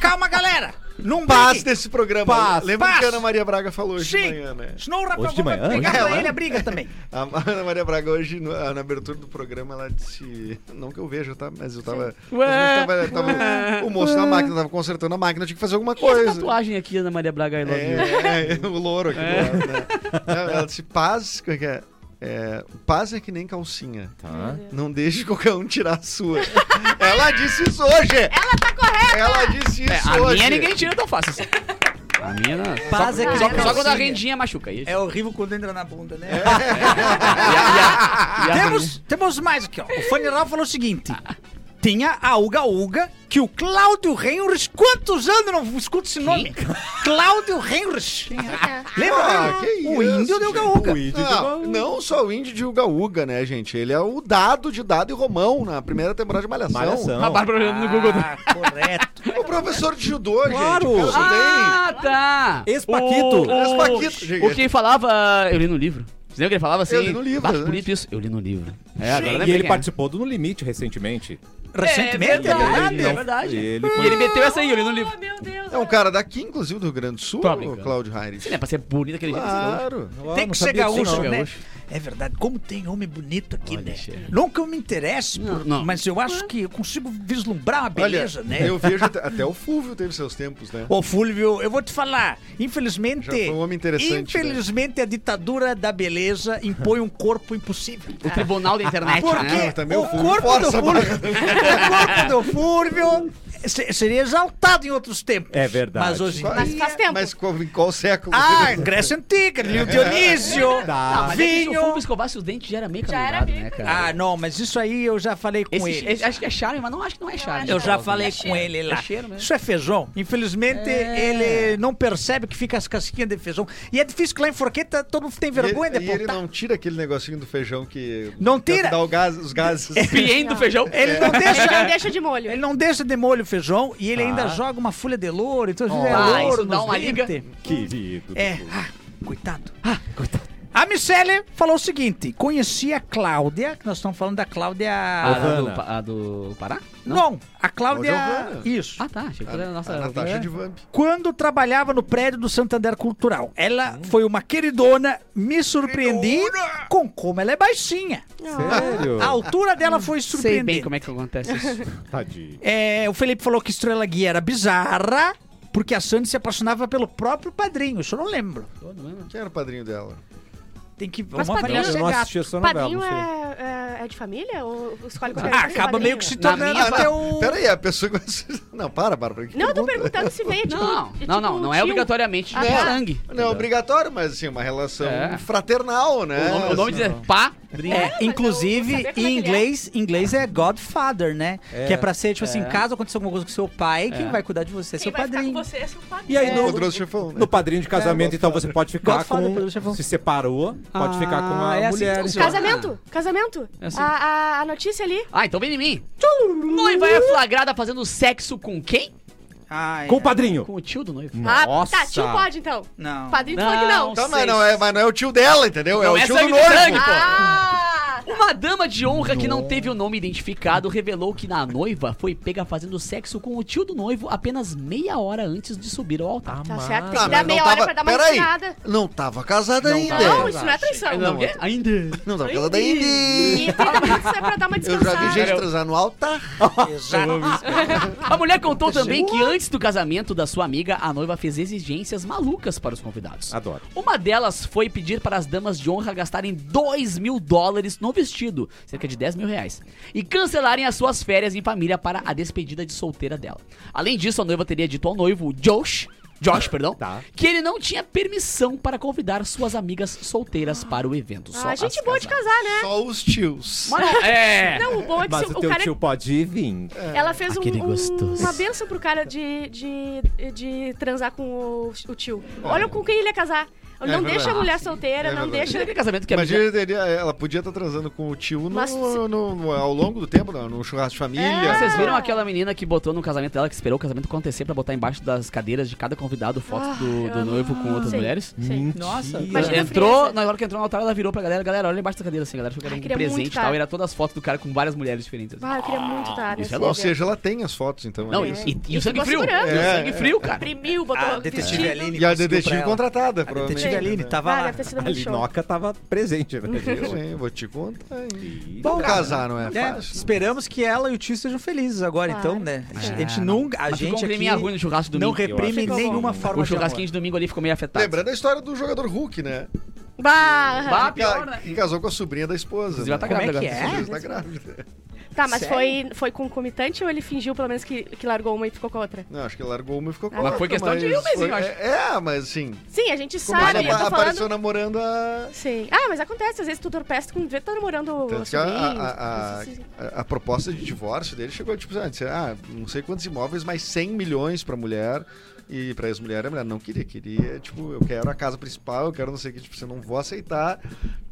Calma, galera. Não Paz brigue. desse programa. Paz, Lembra paz. que a Ana Maria Braga falou hoje de Sim. manhã, né? Senão o Rafael Hoje de vai manhã? né? É, pegar Hoje de pra manhã? ele a briga também. A Ana Maria Braga hoje, no- ah, na abertura do programa, ela disse. Não que eu veja, tá? Mas eu tava. Ué, tava, tava- o moço na máquina, tava consertando a máquina, tinha que fazer alguma E essa coisa. tatuagem aqui da Maria Braga I Love You? É, é, o louro aqui do lado, né? Ela ela disse, paz, como é que é? É, paz é que nem calcinha. Tá. Não deixe qualquer um tirar a sua. ela disse isso hoje! Ela tá correta! Ela disse isso É, a hoje. minha ninguém tira tão fácil. assim. A minha não. Paz só, é que só, nem só quando a calcinha. rendinha machuca. Isso. É horrível quando entra na bunda, né? E a- Temos, temos mais aqui, ó. O Fanny Lau falou o seguinte. Tinha a Uga Uga, que o Cláudio Heinrich... Quantos anos eu não escuto esse nome? Cláudio Heinrich. é? Lembra? Ah, que o isso, índio deu gente. Uga Uga. O índio de Não, Ugaúga. Ah, não só o índio de Uga Uga, né, gente? Ele é o dado de dado e Romão na primeira temporada de Malhação. Malhação. A Bárbara olhando no Google. Ah, correto. O professor de judô, Claro. gente. Claro! Ah, tá. Ex-Paquito. O- o- Ex-Paquito, gente. O que falava... Eu li no livro. Você lembra que ele falava assim? Eu li no livro, Bah, que né? bonito isso. Eu li no livro. É, agora E lembrei ele quem é. participou do No Limite recentemente. Recentemente, é verdade. verdade. É verdade. né? Ele E foi... ele meteu essa aí, eu li no livro. Oh, meu Deus. É um cara daqui, inclusive, do Rio Grande do Sul, Tá o brincando. Cláudio Heinrich. Ele é pra ser bonito daquele jeito. Ah, assim, Claro. Ó, Tem não que ser sabia disso, gaúcho, não. né? gaúcho. É verdade. Como tem homem bonito aqui, Olha, né? chefe. Não que eu me interesse, Não, por- não. mas eu acho que eu consigo vislumbrar uma beleza, Olha, né? eu vejo até, até o Fulvio teve seus tempos, né? Ô, Fulvio, eu vou te falar. Infelizmente. Já foi um homem interessante, Infelizmente, a ditadura da beleza impõe um corpo impossível. O tribunal da internet, Por né? quê? Ah, também o o Fulvio corpo do força Fulvio. corpo do Fúrbio se- seria exaltado em outros tempos. É verdade. Mas hoje em Mas dia... faz tempo. Mas qual, em qual século? Ah, Grécia Antiga, Lio É Dionísio, Ah, mas é que se o vinho... Fulvio escovasse os dentes, já era meio Já era calorado, meio né, cara? Ah, não, mas isso aí eu já falei com Esse- ele. esse- acho que é charme, mas não acho que não é charme. Eu já Escovar os falei dentes. com ele lá. É cheiro mesmo. Isso é feijão. Infelizmente, É. ele não percebe que fica as casquinhas de feijão. E é difícil que lá em Forqueta todo mundo tem E ele- vergonha e de ele botar. não tira aquele negocinho do feijão que. Não que tira. Dá o gás, os gases. Piente do feijão. Ele É. não Ele não deixa. é deixa de molho. Ele não deixa de molho o feijão e ele ainda joga uma folha de louro. Então, às vezes Ah, é louro isso dá nos uma liga. dentes. Querido. É, ah, coitado. Ah, coitado. A Michele falou o seguinte: conheci a Cláudia, que nós estamos falando da Cláudia. A ah, do- Havana. a do Pará? não. a Cláudia. Giovana. Isso. Ah, tá. Achei que era a nossa. A é. Natasha de Vamp. quando trabalhava no prédio do Santander Cultural. Ela foi uma queridona, me surpreendi com como ela é baixinha. Sério? A altura dela foi Sei bem surpreendente. como é que acontece isso. Tadinho. É, o Felipe falou que Estrela Guia era bizarra, porque a Sandy se apaixonava pelo próprio padrinho. Isso eu não lembro. Quem era o padrinho dela? Tem que Mas uma padrinho variação Eu é não gato. assisti essa novela, Padrinho não sei. é, é- é de família? Ou escolhe qualquer Ah, um ser acaba padrinho? meio que se tornando minha- até o... Peraí, a pessoa que você- Não, para, Bárbara. que Ah, um- Não, eu tô pergunta. perguntando se veio, tipo... Não, tipo não, não. Não é tio. obrigatoriamente de Ah, tá. sangue. Não é obrigatório, mas assim, uma relação É. fraternal, né? O nome, o nome diz é pá. É, eu inclusive, sabia como é em que ele é. inglês, em inglês é Godfather, né? Que é pra ser, tipo assim, É. caso aconteça alguma coisa com seu pai, quem vai cuidar de você é Quem seu vai ficar com padrinho. você é seu padrinho. E aí, É. O no, poderoso chefão, né? no padrinho de casamento, É, então você pode ficar Godfather, Poderoso com. Chefão. Se separou, pode Ah, ficar com a é assim mulher. que funciona. Casamento, casamento. É assim. A, a- a notícia ali. Ah, então vem em mim. Noiva é flagrada fazendo sexo com quem? Ah, é. com o padrinho. Com o tio do noivo. Nossa. Ah, tá, tio pode então. Não. Padrinho falou que não. Tá, mas não, é, mas não é o tio dela, entendeu? é Não o é tio do sangue do noivo. sangue, pô. Ah! Uma dama de honra que não teve o nome identificado revelou que na noiva foi pega fazendo sexo com o tio do noivo apenas meia hora antes de subir ao altar. Tá certo, tem Tá, que mas dar não meia hora tava- pra dar uma peraí, ensinada. Não tava casada Não ainda. Não, isso não é traição. Não, é? ainda. Não tava casada ainda. E tem que Ah. dar uma ensinada pra dar uma Eu já vi descansada. gente transar no altar. A mulher contou também que antes do casamento da sua amiga, a noiva fez exigências malucas para os convidados. Adoro. Uma delas foi pedir para as damas de honra gastarem 2 mil dólares no vestido, cerca de 10 mil reais, e cancelarem as suas férias em família para a despedida de solteira dela. Além disso, a noiva teria dito ao noivo, Josh, Josh, perdão, Tá. que ele não tinha permissão para convidar suas amigas solteiras para o evento. Só Ah, gente as boa de casadas. casar, né? Só os tios. Mas não- é. Não, o bom é que Mas se, o o teu cara. tio pode vir. Ela fez Ah, um, Aquele um- gostoso. uma benção pro cara de, de, de transar com o, o tio. Olha com quem ele ia casar. Não É verdade. deixa a mulher solteira, É não verdade. deixa. Aquele casamento que é a Imagina, menina- ele teria- ela podia estar transando com o tio no- Mas se- no, no- ao longo do tempo, no, no churrasco de família. É. Vocês viram aquela menina que botou no casamento dela, que esperou o casamento acontecer pra botar embaixo das cadeiras de cada convidado fotos Ah, do, do eu noivo com outras Sim, mulheres? sim. Nossa. Imagina a entrou, frieza. na hora que entrou no altar, ela virou pra galera, galera, olha embaixo da cadeira, assim, galera, achou que era Ai, um queria presente muito e tá. tal, era todas as fotos do cara com várias mulheres diferentes. assim. Ah, eu queria muito estar Isso nesse é Ou louco. evento. seja, ela tem as fotos, então. Não, é e, isso. e- e E o sangue ficou frio, segurando. e o É, sangue é. frio, cara. Imprimiu, botou. A tá- Ah, detetive vestido. Aline E a conseguiu pra detetive ela. contratada, A detetive provavelmente. Aline tava Ah, lá. deve ter sido A muito show. Linoca tava presente, né? Eu, hein, vou te contar, hein. Ih, Bom, cara, casar não é É, fácil. esperamos que ela e o tio sejam felizes agora, Claro. então, né? A gente, a Ah, gente não. nunca. A Mas ficou gente um aqui climinha ruim no churrasco de não domingo. reprime Ficou bom. nenhuma forma o de. churrasquinho Amor. de domingo ali ficou meio afetado. Lembrando a história do jogador Hulk, né? Bah, aham. Bah, pior, Ca- né? Que casou com a sobrinha da esposa. Inclusive, ela tá né? Como é grávida que agora. é? Tá grávida. Tá, mas foi, foi concomitante ou ele fingiu pelo menos que, que largou uma e ficou com a outra? Não, acho que largou uma e ficou com Mas outra, foi questão de um mas mesinho, eu acho. É, é, mas assim. Sim, a gente Como sabe, ela eu tô apareceu falando. namorando a. Sim. Ah, mas acontece, às vezes tu torpesta com vê, tá namorando o Tanto que a, a- sobrinho, a- essas- a- a proposta de divórcio dele chegou, tipo, ah, disse, ah, não sei quantos imóveis, mas 100 milhões pra mulher. E pra ex-mulher, a mulher não queria, queria, tipo, eu quero a casa principal, eu quero não sei o que, tipo, você não vou aceitar,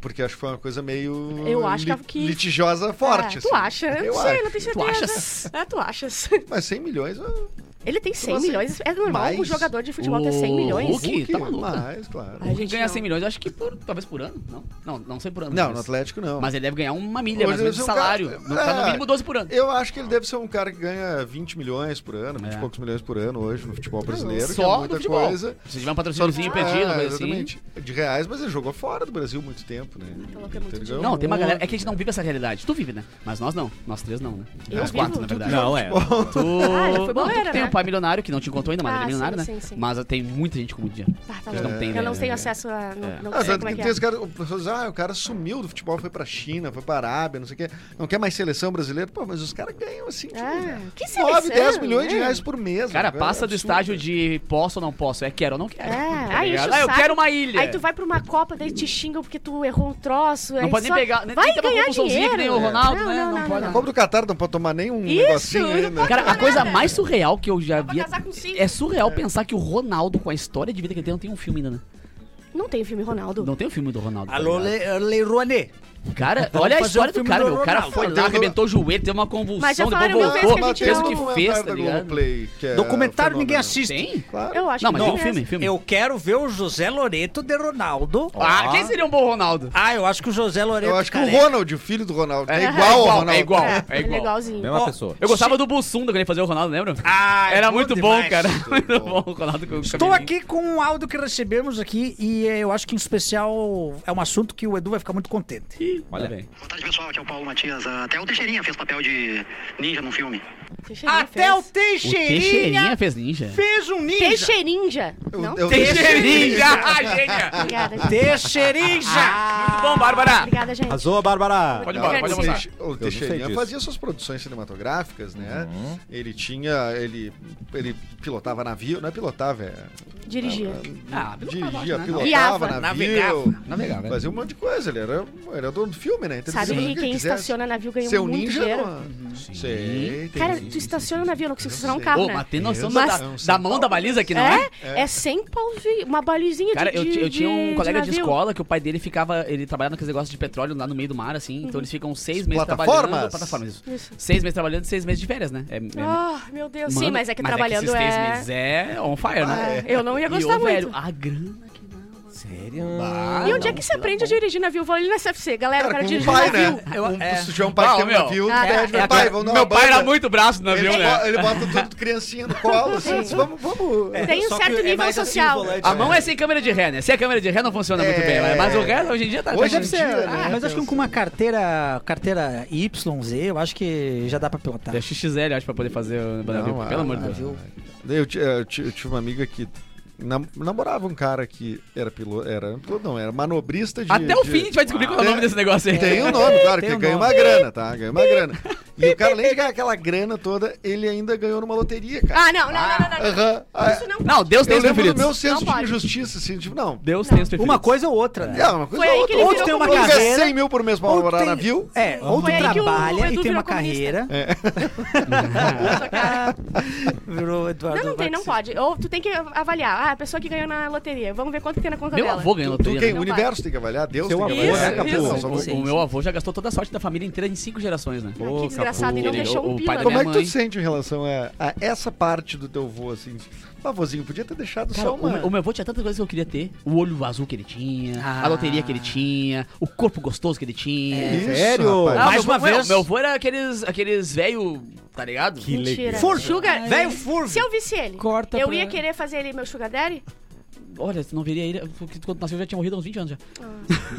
porque acho que foi uma coisa meio Eu acho li- que- litigiosa forte. É, tu assim. acha? Eu Eu não sei, acho. não tenho Tu certeza. achas? É, tu achas. Mas 100 milhões, eu- Ele tem 100 assim, milhões. É normal mais um jogador de futebol ter 100 o milhões? Hulk? tá maluco? mais, claro. Ai, A gente ganha não. 100 milhões, eu acho que por, talvez por ano. Não, não, não sei por ano. Não, no mas, Atlético não. mas ele deve ganhar uma milha, Hoje mais ou menos, de eles são salário. caras- No, tá no É. mínimo 12 por ano. Eu acho que ele deve ser um cara que ganha 20 milhões por ano, 20 e poucos milhões por ano hoje no futebol brasileiro, que é É. Só muita no futebol. coisa. Se tiver um patrocíniozinho pedido, É, coisa assim. exatamente. De reais, mas ele jogou fora do Brasil muito tempo, né? tá louco, é muito Ele dinheiro. ganhou Não, tem uma muito. galera. É que a gente não vive essa realidade. Tu vive, né? Mas nós não. Nós três não, né? Eu Nós quatro, vivo. na verdade. Não, é. Tu... Ah, já foi Bom, tu boleira, tem né? um pai milionário, que não te encontrou ainda, mas Ah, ele é milionário, sim, né? sim, sim. Mas tem muita gente com muito dinheiro. Ah, tá Eles louco. não têm, eu né? não tenho acesso a. Não, não Ah, sei tanto como é que que tem é. os caras, o pessoal diz, ah, o cara sumiu do futebol, foi pra China, foi pra Arábia, não sei o quê. Não quer mais seleção brasileira? Pô, mas os caras ganham assim, tipo, Ah, que 9, seleção, 10 milhões né? de reais por mês. Cara, né? passa do É absurdo. estágio de posso ou não posso, é quero ou não quero. É, tá aí ligado? enche o Ah, eu saco. quero uma ilha. Aí tu vai pra uma Copa, daí te xingam porque tu errou um troço. Não aí pode nem só- pegar, nem Vai tem uma ganhar compulsãozinha que dinheiro. nem o Ronaldo, né? Não pode. A Copa do Catar não pode tomar nem um Isso, negocinho aí, não né? pode. Cara, a coisa mais surreal que eu já pra vi. casar com cinco. É surreal pensar que o Ronaldo, com a história de vida que ele tem, não tem um filme ainda, né? Não tem filme Ronaldo. Não tem um filme do Ronaldo. tá Alô, ligado? Le, Leiruanê. Cara, Vamos olha a fazer história um do filme cara, do meu. O cara Ronaldo. foi Não, lá, tem o- arrebentou o joelho, teve uma convulsão, Mas já depois falaram mil vezes voltou. que a gente fez o não- que um fez, documentário tá da ligado? Globoplay, que é Documentário fenômeno. ninguém assiste. né? Tem? Claro. Eu acho Não, que mas não tem um filme, filme. Eu quero ver o José Loreto de Ronaldo. Ah, quem seria um bom Ronaldo? Ah, eu acho que o José Loreto. é- Eu acho que o careca- Ronald, o filho do Ronaldo, é, É igual ao Ronaldo. É igual, É, é ele é igual. igualzinho. Mesma Ó, pessoa. Eu gostava do Bussunda quando ele fazia o Ronaldo, lembra? Ah, é Era muito bom, demais. cara. Muito bom o Ronaldo com o Estou cabelinho. aqui com um áudio que recebemos aqui e eh, eu acho que em especial é um assunto que o Edu vai ficar muito contente. Olha. Tá bem. Boa tarde, pessoal. Aqui é o Paulo Matias. Até o Teixeirinha fez papel de ninja num filme. Teixeirinha Até o fez. O Teixeirinha, Teixeirinha fez ninja. fez um ninja. Teixeirinha. Eu- Não? eu- Teixeirinha! Ah, gênia! Obrigada, gente. Teixeirinha. Muito bom, Bárbara! Obrigada, gente. Arrasou, Bárbara! Pode ir embora, pode O almoçar. Teixe- O sei Teixeirinha disso. fazia suas produções cinematográficas, né? Uhum. Ele tinha. Ele, ele pilotava navio. Não é pilotava, é. Dirigia. Ah, Dirigia, não. Guiava. Navegava. pilotava navio. Navegava. Fazia um monte de coisa. Ele era, era dono do filme, né? Então ele Sabe fazia o que ele quem quisesse. estaciona navio ganha Ser um muito ninja? dinheiro? Uhum. não- Sei. tem Cara, isso. tu estaciona o navio, eu não consigo estacionar um sei. carro, Ô, né? mas tem noção Mas- da, da mão da baliza aqui, não é? É? É 100 pauzinho, uma balizinha de Cara, eu, ti- eu tinha um de colega de, navio. escola que o pai dele ficava. Ele trabalhava naqueles negócios de petróleo lá no meio do mar, assim. Então eles ficam seis meses trabalhando. Plataformas? Plataformas. isso. Uhum. Isso. Seis meses trabalhando e seis meses de férias, né? É, é- Ah, meu Deus. Mano, Sim, mas é que trabalhando esses seis é... Ah, meses é on fire, né? Eu não ia E, ô, gostar muito. velho, a grana que dá. Ah, Sério? E onde é que você aprende a dirigir navio? Vou ali na CFC, galera, eu Cara, quero com um dirigir pai, navio. né? Um, é. Se tiver um pai que Ah, tem um meu. navio, Ah, pede, É, meu pai, vamos dar uma meu pai banda. era muito braço no navio, ele, é né? bo- ele bota tudo criancinha no colo, assim, diz, vamos, vamos. Tem um Só que certo é nível mais assim o social. volante. A mão é sem câmera de ré, né? Sem a câmera de ré não funciona muito É. bem, né? mas o resto hoje em dia tá. Hoje tá em Deve ser- dia, ah, né? mas acho que com uma carteira, carteira YZ, eu acho que já dá pra pilotar. É XXL, acho, pra poder fazer o navio. Não, Pelo ah, amor de Deus. navio. Eu, ti- eh, eu ti- eu tive uma amiga que nam- namorava um cara que era piloto, era piloto não, era manobrista de... Até o de- fim a gente vai descobrir qual é o nome Tem- desse negócio aí. Tem um nome, claro, Tem que um ganha nome. uma grana, tá? Ganha uma grana. E o cara, além de ganhar aquela grana toda, ele ainda ganhou numa loteria, cara. Ah, não, não, não, não, não. Aham. Ah, Isso não Não, Deus tem Eu os lembro do preferidos. meu senso Não de pode. injustiça, assim, tipo, não. Deus tem os preferidos. Uma coisa ou outra, né? É, uma coisa Foi aí ou que outra. ele Ou virou tu tem uma comunista. carreira... 100 mil por mês pra Ou namorar tem- navio. É, ou tu Foi aí que o trabalha Edu e tem virou uma carreira. É. Virou Eduardo Não, não tem, não Marques. pode. Ou tu tem que avaliar. Ah, a pessoa que ganhou na loteria. Vamos ver quanto tem na conta Meu dela. avô ganhou Tu loteria. quem? né? O Não universo tem que avaliar, Deus Seu tem que avô, avaliar. né, Capu? Não, só um O- vou- o, o meu avô já gastou toda a sorte da família inteira em cinco gerações, né? Ah, que desgraçado, ele não Ele- deixou um o pai pila. da Como né? é minha que mãe. tu sente em relação a, a essa parte do teu vô, assim? Ah, vôzinho, podia ter deixado Cara, só o, uma... meu- o meu avô tinha tantas coisas que eu queria ter. O olho azul que ele tinha, a Ah. É. loteria que ele tinha, o corpo gostoso que ele tinha. Isso, Sério? rapaz. Ah, Mais meu uma avô- meu- vez. Meu avô era aqueles, aqueles velho, tá ligado? Que Mentira. legal. Furvo. Sugar. Velho furvo. é- Se eu visse ele, Corta eu pra- ia querer fazer ele meu sugar daddy? Olha, tu não veria ele. porque Quando nasceu, já tinha morrido há uns 20 anos já.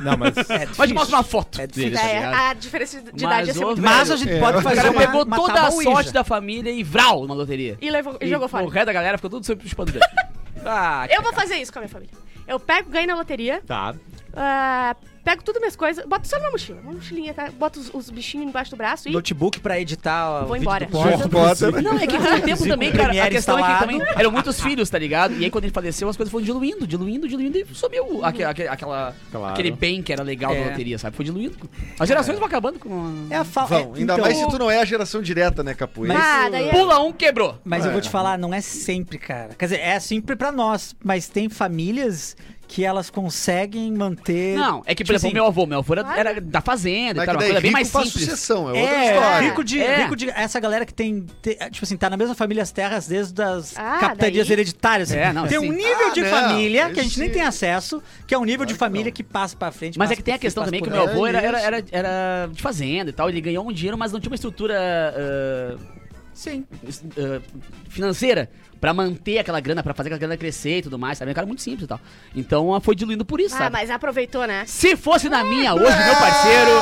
Não, mas. Mas te mostra uma foto. É dele, difícil. tá É, ligado? a diferença de idade Mas ia ser o- muito Mas grande. a gente pode É. O fazer cara uma, pegou uma toda a tábua Ouija. sorte da família e vral uma loteria. E, levou- e jogou O fora. resto da galera ficou tudo sempre chupando dele. Ah, Eu vou fazer isso com a minha família. Eu pego, ganho na loteria, Tá. ah, pego tudo minhas coisas, boto só numa mochila. Uma mochilinha, tá? Boto os, os bichinhos embaixo do braço e... Notebook pra editar o Vou vídeo embora. do Porta. Tu bota, né? Não, é que com o tempo também, com cara, a Premiere questão é que instalado. também eram muitos filhos, tá ligado? E aí quando ele faleceu, as coisas foram diluindo, diluindo, diluindo e sumiu aque- aque- aquela, Claro. aquele bem que era legal da É. loteria, sabe? Foi diluindo. As gerações vão acabando com... É a falta. Vão, ainda mais então- se tu não é a geração direta, né, Capu? Mas- Ah, daí é- Pula um, quebrou. Mas eu vou te falar, não é sempre, cara. Quer dizer, é sempre pra nós, mas tem famílias que elas conseguem manter. Não, é que, Tipo por exemplo, assim, meu avô, meu avô era, Claro. era da fazenda e tal, Mas é que tá, uma daí coisa bem rico mais faz simples. sucessão, é outra É, história. rico de, É. rico de. Essa galera que tem, te- Tipo assim, tá na mesma família as terras desde as Ah, capitanias daí- hereditárias. assim. É, não, tem assim- um nível Ah, de não, família que a gente esse- nem tem acesso, que é um nível de família que passa pra frente. Mas passa é que tem a pro filho, questão passa também que o pro meu resto. resto. avô era, É era, isso. era, era de fazenda e tal, ele ganhou um dinheiro, mas não tinha uma estrutura ah, Sim. eh, financeira pra manter aquela grana, pra fazer aquela grana crescer e tudo mais, sabe? É um cara muito simples e tal. Então ah, foi diluindo por isso, Ah, sabe? mas aproveitou, né? Se fosse na minha hoje, meu parceiro,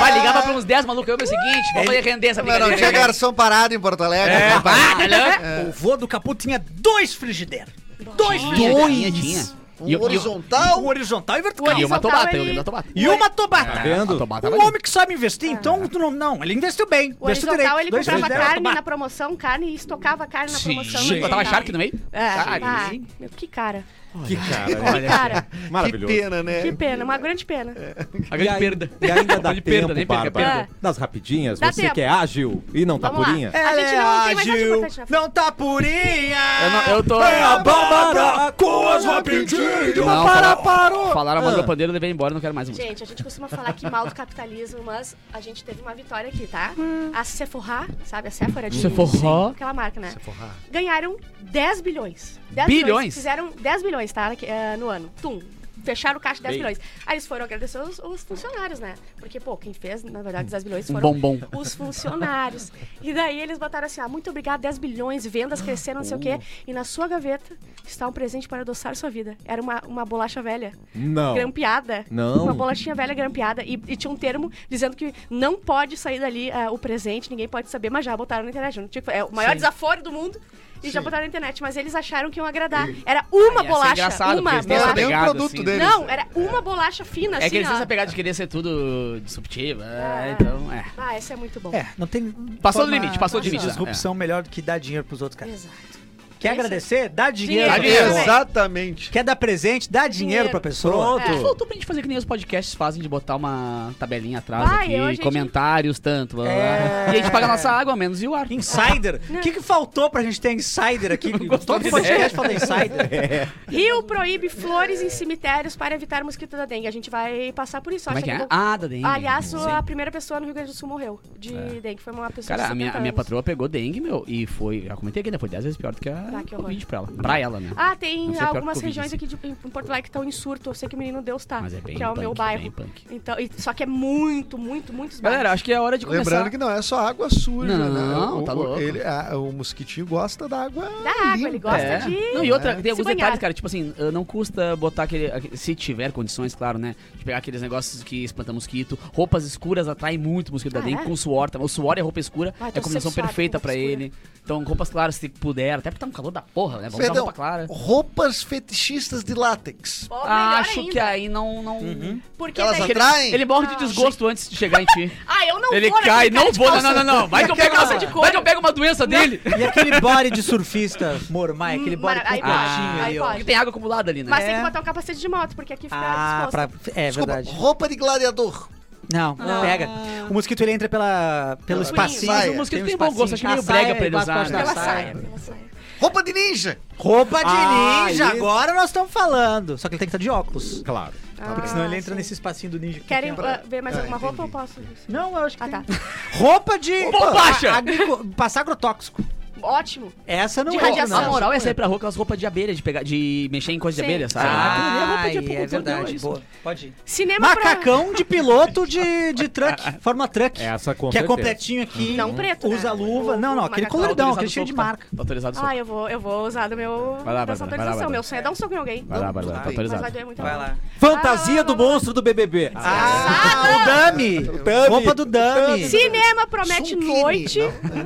vai ligava pra uns 10 malucos, eu meu seguinte, vamos aí render essa Não, não tinha brincadeira. um garçom parado em Porto Alegre. É, rapaz. vai, né? O vô do Capu tinha dois frigideiros. Dois Tinha, frigideiros. tinha. Um E eu- e eu- horizontal Um horizontal e vertical. E uma Horizontal, tobata, eu ele- lembro da tobata. E uma tobata. Tá vendo? A tobata Um vai- homem que sabe investir, então, tu não, não, ele investiu bem. Ah. O investiu horizontal, direito. ele Dois comprava frigideiros, carne uma na promoção, carne e estocava carne na promoção. Sim, no Botava horizontal. charque no meio. É, Ah, ah, sim. meu, que cara. Que cara, né? Que cara. Que Maravilhoso. pena, né? Que pena, uma grande pena. A E, grande aí- perda. e ainda dá Grande tempo, perda, nem perca, Bárbara, perda. das rapidinhas, Dá você tempo. que é ágil e não tá Vamos lá. purinha. A gente não tem mais nada de ágil, importante na frente. Não tá purinha. Eu, não- eu tô. É Bárbara com as rapidinhas. Não, para, falaram- parou. Tipo, Falaram a Ah. banda do pandeiro, eu levei embora, não quero mais. música. Gente, a gente costuma falar que mal do capitalismo, mas a gente teve uma vitória aqui, tá? A Sephora, sabe? A Sephora de Sephora. Sim, aquela marca, né? Sephora. Ganharam 10 bilhões. 10 Bilhões? Fizeram 10 bilhões, tá? Daqui- eh, no ano. Tum. Fecharam o caixa de 10 Bem. bilhões. Aí eles foram agradecer os, os funcionários, né? Porque, pô, quem fez, na verdade, 10 bilhões Um foram bombom. os funcionários. E daí eles botaram assim, ah, muito obrigado, 10 bilhões, vendas cresceram, não sei o Uh. quê. E na sua gaveta está um presente para adoçar sua vida. Era uma, uma bolacha velha Não. grampeada. Não. Uma bolachinha velha grampeada. E, e tinha um termo dizendo que não pode sair dali ah, o presente, ninguém pode saber, mas já botaram na internet. Não tinha que- é o maior desaforo do mundo. E já botaram na internet, mas eles acharam que iam agradar. Era Ia uma ser assim bolacha. é engraçado, Uma porque eles têm essa Não, nem bolacha. um pegada, produto assim, dele. deles. Não, era uma bolacha fina, É que assim, eles têm essa ó. pegada de querer ser tudo disruptivo. É, Ah. então, é. Ah, essa é muito bom. É, não tem. Passou do forma- limite, passou do de limite, é. disrupção melhor do que dar dinheiro pros outros, caras. Exato. Quer É isso aí. agradecer? Dá dinheiro. Dinheiro. pra né? Dá dinheiro. pessoa. É Exatamente. Quer dar presente? Dá dinheiro Dinheiro. pra pessoa. Pronto. Faltou pra gente fazer que nem os podcasts fazem de botar uma tabelinha atrás Vai, aqui, eu, a gente- comentários, tanto, blá, blá, blá. É. E a gente paga a nossa água, menos e o ar. tá Insider? O que, que faltou pra gente ter insider aqui? gostou Todo da podcast ideia? fala insider. Rio proíbe flores em cemitérios para evitar mosquito da dengue. A gente vai passar por isso. Como é acha que é? bom. Ah, da dengue. Aliás, Sim. É. a primeira pessoa no Rio Grande do Sul morreu de dengue. Foi uma pessoa Cara, de a minha, a 70 minha anos. patroa pegou dengue, meu, e foi, já comentei aqui, né? Foi 10 vezes pior do que a Ah, que horror. Covid pra ela. Pra ela, né? Ah, Não tem sei pior que algumas Covid, regiões sim. aqui de, em Porto Alegre que estão em surto. Eu sei que o Menino Deus tá, Mas é bem que é o meu punk, bairro. bem punk. Então, e- só que é muito, muito, muitos bairros. Galera, acho que é hora de começar. Lembrando que não é só água suja, Não, né? O- tá o- louco. Ele, a- o mosquitinho gosta da água Da água, ele limpa. gosta É. de- Não, e outra, tem se alguns banhar. detalhes, cara. Tipo assim, ah, não custa botar aquele. aquele- Se tiver condições, claro, né? De pegar aqueles negócios que espantam mosquito. Roupas escuras atraem muito mosquito da Ah, dengue é? com suor também. O suor e a roupa escura Vai, então é tô a combinação sexuada perfeita com pra roupa ele. Então, roupas claras se puder. Até porque tá um calor da porra, né? Vamos usar Fredão, roupa clara. Ah, Roupas fetichistas de látex. Pô, melhor Acho ainda, que aí não. não... Porque Elas daí... atraem. Ele morre de desgosto antes de chegar em ti. Ah, eu não Ele vou naquele cai, cara não de vou, não, calça- não, não, não. Vai que eu pego calça uma, de couro. vai que eu pego uma doença dele. E aquele body de surfista, Mormai, aquele Hum, body mara- aí com pode, pontinho aí ali, ó. pode. Porque tem água acumulada ali, né? Mas tem É. que botar um capacete de moto, porque aqui fica Ah, exposto. pra... é Desculpa, verdade. roupa de gladiador. Não, Ah. não pega. O mosquito ele entra pela, pelo espacinho. Mas o um mosquito tem espacinho. bom gosto, acho que A meio saia, brega pra ele embaixo usar, da né? Pela Sai. é saia, pela saia. Roupa de ninja. Roupa de Ah, ninja, isso. agora nós estamos falando. Só que ele tem que estar de óculos. Claro. Ah, porque senão ele entra Ah, sim. nesse espacinho do ninja. que Querem tem. ah, ver mais alguma roupa ou posso? Não, eu acho que Ah, tá. tem. Roupa de... Bombacha! a- agrico- Passar agrotóxico. Ótimo. Essa não De é. radiação. não. A moral é sair pra rua com as roupas de abelha, de, pegar, de mexer em coisa de Sim. abelha, sabe? Ah, tem é, apoiador, não, verdade. isso. Tá Boa. Pode ir. Cinema pra... Macacão de piloto de, de truck, forma truck. Essa com que é certeza. completinho aqui. Não preto, né? Usa luva. O- Não, não, o aquele macacão coloridão, Autorizado aquele cheio solto, de tá? marca. Tá autorizado solto. Ah, eu vou, eu vou usar do meu... Vai lá, dessa Bárbara, vai lá, autorização. Bárbara. Meu sonho é dar um soco em alguém. Vai lá, Bárbara, tá Mas vai autorizado. doer muito. Vai lá. Fantasia do monstro do BBB. Ah, Ah, o Dami. é. Dami. Roupa do Dami. Cinema promete Sunquini, noite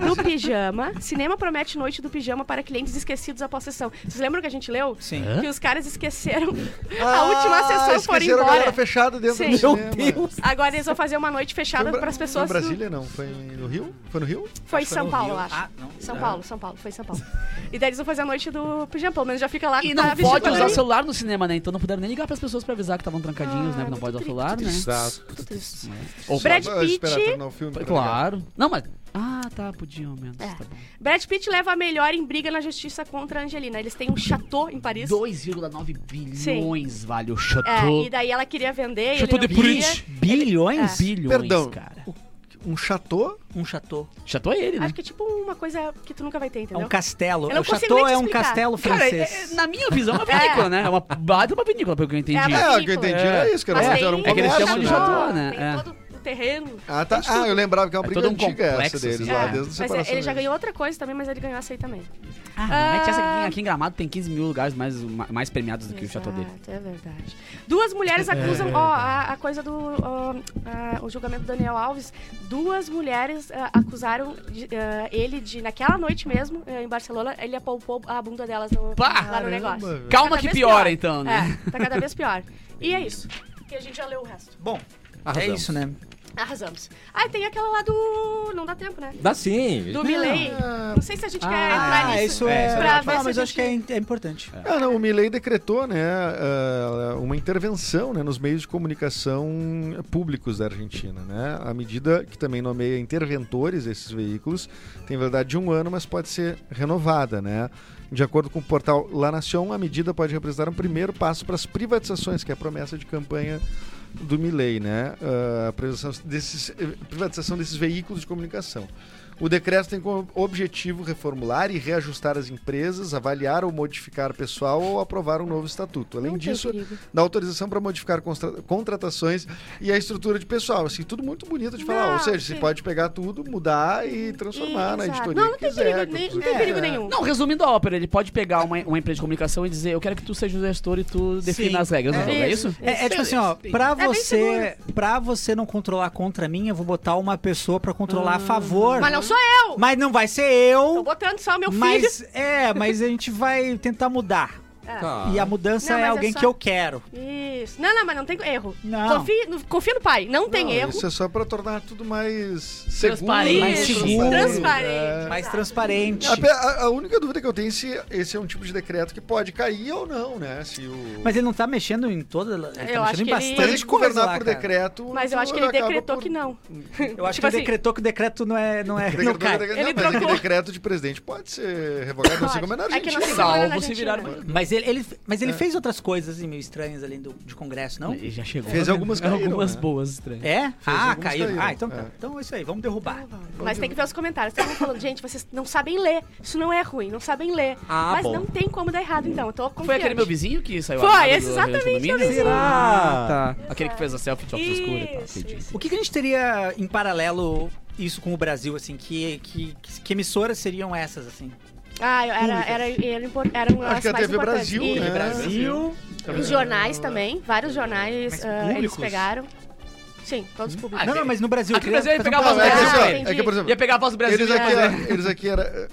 do pijama. Cinema promete noite do pijama para clientes esquecidos após sessão. Vocês lembram que a gente leu? Sim. Que os caras esqueceram a Ah, última sessão e foram esqueceram a galera embora. fechada dentro Sim. do Meu cinema. Deus. Agora eles vão fazer uma noite Foi fechada em Bra- para as pessoas. Foi em Brasília, não. Foi no Rio? Foi no Rio? é. Foi É em São Paulo, eu acho. Ah, não. São Paulo, São Paulo, foi em São Paulo. E daí eles vão fazer a noite do pijama, pelo menos já fica lá E com não a vestido pode pra usar o dormir. celular no cinema, né? Então não puderam nem ligar pras pessoas pra avisar que estavam trancadinhos, né? Que não pode usar o celular, né? Tô triste. Ou Brad Só esperar Pitt- terminar o filme tá pra ligar. Claro. Não, mas... Ah, tá, podiam menos. É. Tá bom. Brad Pitt leva a melhor em briga na justiça contra a Angelina. Eles têm um chateau em Paris. 2,9 bilhões vale o chateau. É, e daí ela queria vender. e Chateau ele de não queria. Prudence. Bilhões? Bilhões, Perdão. cara. Um chateau? Um chateau. Chateau é ele, né? Acho que é tipo uma coisa que tu nunca vai ter, É entendeu? um castelo. Eu não O consigo chateau nem te é um explicar. castelo Cara, é- é- francês. na minha visão é uma vinícola, né? É uma baita uma vinícola, pelo que eu entendi. É, É, o que eu entendi era isso, que era, Mas era um tem- É que eles comércio, chamam de um né? chateau, né? Tem É. todo o terreno. É, Ah, tá. Ah, eu lembrava que é uma É briga todo um antiga essa complexo, deles assim, lá, né? desde a mas separação. ele já deles. ganhou outra coisa também, mas ele ganhou essa aí também. Ah, não é que essa aqui, aqui em Gramado tem 15 mil lugares mais, ma- mais premiados do que o É. Chateau dele. Exato, É verdade. Duas mulheres acusam, ó, a, a coisa do. ó, a- o julgamento do Daniel Alves. Duas mulheres ah, acusaram de, ah, ele de, naquela noite mesmo, eh, em Barcelona, ele apalpou a bunda delas no, Pá! lá no negócio. velho. Tá Calma cada que vez piora, então, né? É, tá cada vez pior. E é isso. Porque a gente já leu o resto. Bom, é Arrasamos. isso, né? Arrasamos. Ah, e tem aquela lá do. Não dá tempo, né? Dá sim. Do Milley. Não sei se a gente quer entrar Ah, nisso. isso é. É, pra pra ver falar, se mas a eu acho que gente- é, in- é importante. Ah, não, o Milley decretou né, ah, uma intervenção né, nos meios de comunicação públicos da Argentina. Né? A medida que também nomeia interventores esses veículos tem verdade de um ano, mas pode ser renovada. Né? De acordo com o portal La Nación, a medida pode representar um primeiro passo para as privatizações, que é a promessa de campanha do Milley, né? Ah, a privatização desses, eh, privatização desses veículos de comunicação. O decreto tem como objetivo reformular e reajustar as empresas, avaliar ou modificar pessoal ou aprovar um novo estatuto. Além Não tem disso, perigo. dá autorização para modificar constra- contratações e a estrutura de pessoal. Assim, tudo muito bonito de falar. Não, Ou seja, sim. você pode pegar tudo, mudar e transformar na Exato. editoria Não, não que tem quiser. perigo, quando nem- não quiser. tem É. perigo nenhum. Não, resumindo a ópera, ele pode pegar uma, uma empresa de comunicação e dizer, eu quero que tu seja o gestor e tu defina Sim. as regras do É. jogo, é isso? É, é tipo assim, ó, pra bem você, pra você não controlar contra mim, eu vou botar uma pessoa pra controlar a favor. Ah. Mas não sou eu! Mas não vai ser Tô eu. botando só o meu filho. Mas é, mas a gente vai tentar mudar. Tá. E a mudança Não, é mas é alguém só- que eu quero. Isso. Não, não, mas não tem erro. Não. Confia no, confia no pai. Não tem Não, erro. Isso é só para tornar tudo mais seguro, Transparente. Mais seguro. Transparente. é. Mais Exato. transparente. A, a- a única dúvida que eu tenho é se esse é um tipo de decreto que pode cair ou não, né? Se o... Mas ele não tá mexendo em toda. Ele tá Eu mexendo acho em que ele- bastante Mas a gente coisa governar lá, por cara. decreto. Mas eu acho que ele acaba decretou por- que não. Eu acho que Tipo assim. ele decretou que o decreto não é. Não é não Decretou que cai. decreto- Ele não, mas é que trocou. decreto de presidente pode ser revogado, não Pode. sei como é na É que Argentina. não sei como é. Salvo na se Argentina. virar... Mas ele, ele- mas ele fez outras coisas assim, meio estranhas além do, de Congresso, não? Ele Já chegou. É. Fez algumas caíram, Algumas né? boas estranhas. É? ah, algumas caiu. caíram, Ah, então é. tá. Então é isso aí, vamos derrubar. Mas tem que ver os comentários. Todo mundo falando, gente, vocês não sabem ler. Isso não é ruim, não sabem ler. Ah, Mas bom. não tem como dar errado, então. Eu tô confiante. Foi aquele meu vizinho que saiu Foi, armado esse do- do exatamente, condomínio? meu vizinho. Será? Ah, tá. Aquele que fez a selfie de óculos escuros e tal. Isso, entendi. isso. O que, que a gente teria em paralelo isso com o Brasil, assim? Que, que, que, que emissoras seriam essas, assim? Ah, eu- era, era, era, impor- era um Acho que é a mais TV importantes. Brasil, E né? Brasil. Os jornais também. Vários jornais Mas ah, eles públicos? Ah, pegaram. Sim, todos públicos. Não, não, mas no Brasil. Aqui no eu Brasil queria fazer ia pegar um a voz Não, é que, assim, Ah, ó, paralelo. é que, entendi. por exemplo, Ia pegar a voz do né? Brasil eles e ia aqui, né? fazer- eles aqui era,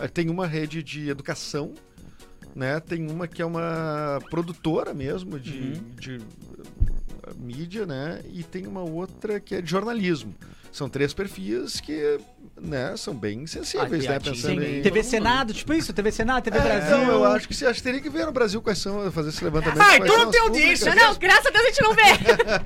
é, tem uma rede de educação, né? Tem uma que é uma produtora mesmo de, Uhum. de, eh, mídia, né? E tem uma outra que é de jornalismo. São três perfis que, né, são bem sensíveis, Ah, né? que Pensando Sim, em... TV Senado, tipo isso, TV Senado, TV É, Brasil. Então, eu acho que você acho que teria que ver no Brasil quais são, fazer esse levantamento. Ah, quais então são não as tem públicas. audiência, Não, graças a Deus a gente não vê.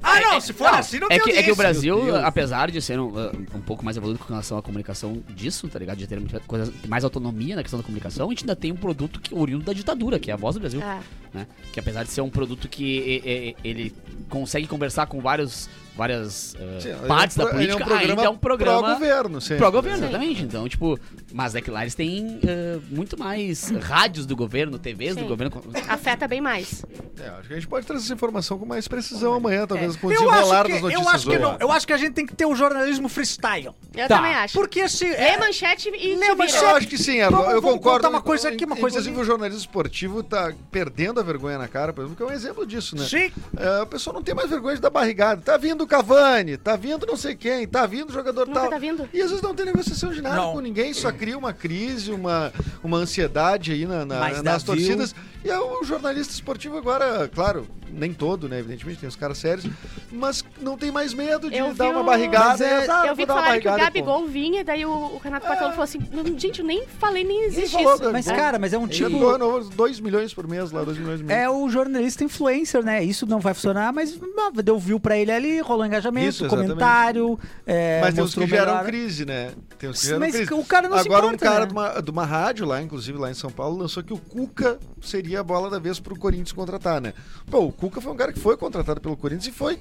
Ah, não, se for assim, não É tem que, é que audiência. o Brasil, apesar de ser um, uh, um pouco mais evoluído com relação à comunicação disso, tá ligado? De ter muita coisa, mais autonomia na questão da comunicação, a gente ainda tem um produto que é oriundo da ditadura, que é a voz do Brasil. Ah, né? Que apesar de ser um produto que é, é, ele consegue conversar com vários, várias eh, Sim, ele é um partes da pro- ele é um política, ainda é um programa pró-governo, sempre, pró-governo, né? exatamente. Então, tipo, mas é que lá eles têm eh, muito mais rádios do governo, TVs do Sim. governo. afeta bem mais. É, acho que a gente pode trazer essa informação com mais precisão amanhã, talvez, com o é. Eu acho, desenrolar que, das notícias eu, acho que hoje. não, eu acho que a gente tem que ter o jornalismo freestyle. Eu Tá. também acho. É, Porque é- se. Lê manchete e Lê te Eu manchete. vira. acho que sim, Erlon. Vamos- eu vamos concordo. contar uma coisa aqui, uma coisa Inclusive, ali. o jornalismo esportivo tá perdendo a vergonha na cara, por exemplo, que é um exemplo disso, né? Sim. É, a pessoa não tem mais vergonha de dar barrigada. Tá vindo o Cavani, tá vindo não sei quem, tá vindo o jogador Nunca tal. tá vindo. E às vezes não tem negociação de nada Não. com ninguém, só cria uma crise, uma, uma ansiedade aí na- na- Mas dá nas view. torcidas. E é o jornalista esportivo agora, claro, nem todo, né? Evidentemente, tem os caras sérios, mas não tem mais medo de Eu dar vi uma o- Mas barrigada. é- e, ah, eu vi vou que dar uma falaram que o barrigada e ponto. Gabigol vinha, daí o, o Renato Portaluppi falou assim, "Não, gente, eu nem falei, nem existe falou, isso. Mas, É. cara, mas é um Ele tipo. ganhou 2 milhões por mês lá, 2 milhões por mês. É o jornalista influencer, né? Isso não vai funcionar, mas não, deu view pra ele ali, rolou engajamento, Isso, exatamente. comentário. É, Mas tem os mostrou que geram melhor. crise, né? Tem os que Sim, geram mas crise. o cara não se Agora, importa, um cara né? de, uma, de uma rádio lá, inclusive lá em São Paulo, lançou que o Cuca seria a bola da vez pro Corinthians contratar, né? Pô, o Cuca foi um cara que foi contratado pelo Corinthians e foi.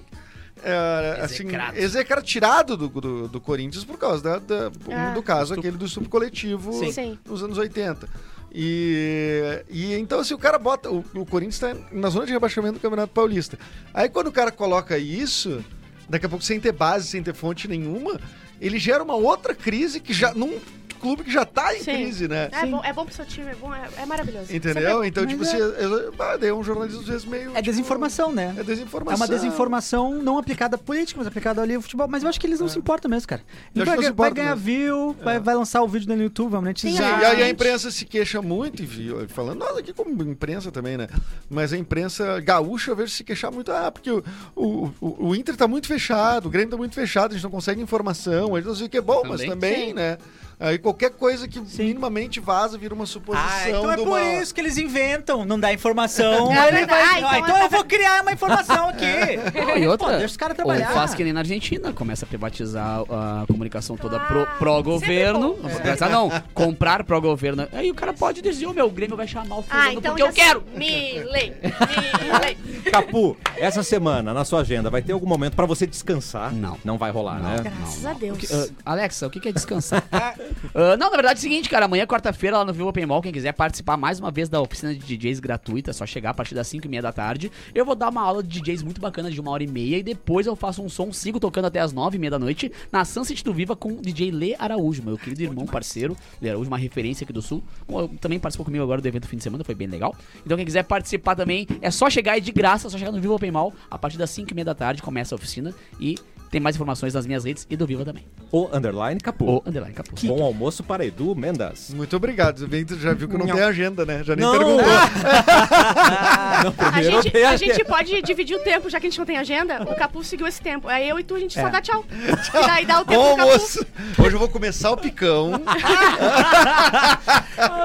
É, assim, Execrado. execrado, tirado do, do, do Corinthians por causa da- da- Ah. É, do caso aquele do subcoletivo Sim. Sim. nos anos 80. E, e então, assim, o cara bota. O, o Corinthians tá na zona de rebaixamento do Campeonato Paulista. Aí, quando o cara coloca isso. daqui a pouco sem ter base, sem ter fonte nenhuma, ele gera uma outra crise que já num clube que já tá em Sim. crise, né? É bom, é bom pro seu time, é bom, é, é maravilhoso. Entendeu? Então, tipo, se, eu, ah, daí é um jornalismo às vezes meio. É tipo, desinformação, né? É desinformação. É uma desinformação não aplicada à política, mas aplicada ali ao futebol. Mas eu acho que eles não se importam mesmo, cara. Ele Eu acho vai, que não se vai importam ganhar mesmo. view, É. vai, vai lançar o vídeo dele no YouTube, vai Sim, monetizar. e aí a imprensa se queixa muito, e viu, falando, nós aqui como imprensa também, né? Mas a imprensa gaúcha eu vejo se queixar muito, ah, porque o, o, o- o Inter tá muito fechado, o Grêmio tá muito fechado, a gente não consegue informação, a gente não sei o que é bom, mas Também. também, né? Aí qualquer coisa que minimamente vaza vira uma suposição Ah, então é de por uma... isso que eles inventam, não dá informação. É ele vai, verdade, ah, então então, é eu vou criar uma informação aqui. Não, e outra, Pô, deixa os caras ou trabalhar. faz que nem na Argentina, começa a privatizar a comunicação toda pro, Claro, pró-governo. sempre Não, privatizar não, comprar pró-governo. Aí o cara pode dizer, ô meu, o Grêmio vai chamar o fulano Ah, então porque eu já quero. sei. Me lei, me lei. Capu, essa semana, na sua agenda, vai ter algum momento pra você descansar? Não. Não vai rolar, né? Graças a Deus. Ah, Alexa, o que que é descansar? Ah, não, na verdade é o seguinte, cara. Amanhã, quarta-feira, lá no Vivo Open Mall, quem quiser participar mais uma vez da oficina de DJs gratuita, é só chegar a partir das 5 e meia da tarde. Eu vou dar uma aula de DJs muito bacana de uma hora e meia e depois eu faço um som, sigo tocando até as 9 e meia da noite na Sunset do Viva com o DJ Lê Araújo, meu querido irmão, parceiro. Lê Araújo, uma referência aqui do Sul. Bom, Também participou comigo agora do evento do fim de semana, foi bem legal. Então quem quiser participar também, é só chegar e de graça, é só chegar no Vivo Open Mall. A partir das 5 e meia da tarde começa a oficina e... Tem mais informações nas minhas redes e do Viva também. O underline Capu. O underline capô. Bom almoço para Edu Mendas. Muito obrigado. Vitor já viu que eu não, Não. tenho agenda, né? Já nem Não. perguntou. A Primeiro gente, tem a a- gente pode dividir o tempo, já que a gente não tem agenda. O Capu seguiu esse tempo. Aí eu e tu, a gente só dá tchau. E daí Ah, dá o tempo É. Bom do Capu. almoço. Hoje eu vou começar o picão.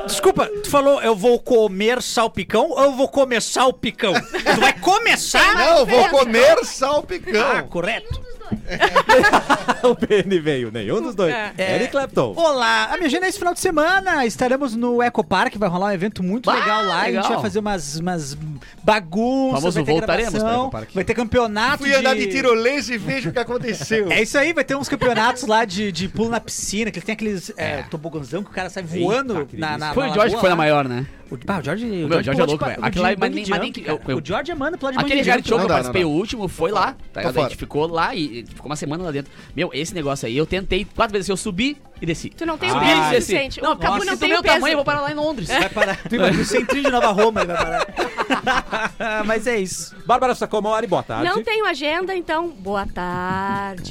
Desculpa, tu falou eu vou comer salpicão ou eu vou começar o picão? Tu vai começar? né? Ah, não, eu vou diferença. comer salpicão. Correto. o PN veio, nenhum dos dois. Eric Clapton. Olá, a minha agenda é esse final de semana. Estaremos no Eco Park, vai rolar um evento muito Bah, legal lá. A legal. gente vai fazer umas, umas bagunças. Famoso vai ter voltaremos gravação, para o Eco Park. Vai ter campeonato Fui de... andar de tirolesa e vejo o que aconteceu. É isso aí, vai ter uns campeonatos lá de, de pulo na piscina, que tem aqueles é, tobogãzão que o cara sai voando que na, na delícia. Foi na o Jorge lagoa que foi na lá. maior, né? O, ah, o Jorge, o Meu, o Jorge é pulou de louco, pa- velho. o Aquele lá de é mas bungee nem- mas nem jump, que- eu- cara. eu- O Jorge é mano, pular de Aquele bungee reality show jump. que Não eu dá, não participei, dá. o último, foi lá. Tá ligado? A fora. gente ficou lá e e ficou uma semana lá dentro. Meu, esse negócio aí, eu tentei quatro vezes, eu subi e desci. Tu não tem o Ah, peso isso. suficiente. O Capu não se tem do o meu é tamanho, eu peso. vou parar lá em Londres. Vai parar. Tu é imagina o centrinho de Nova Roma, ele vai parar. Mas é isso. Bárbara Sacomori, boa tarde. Não tenho agenda, então boa tarde.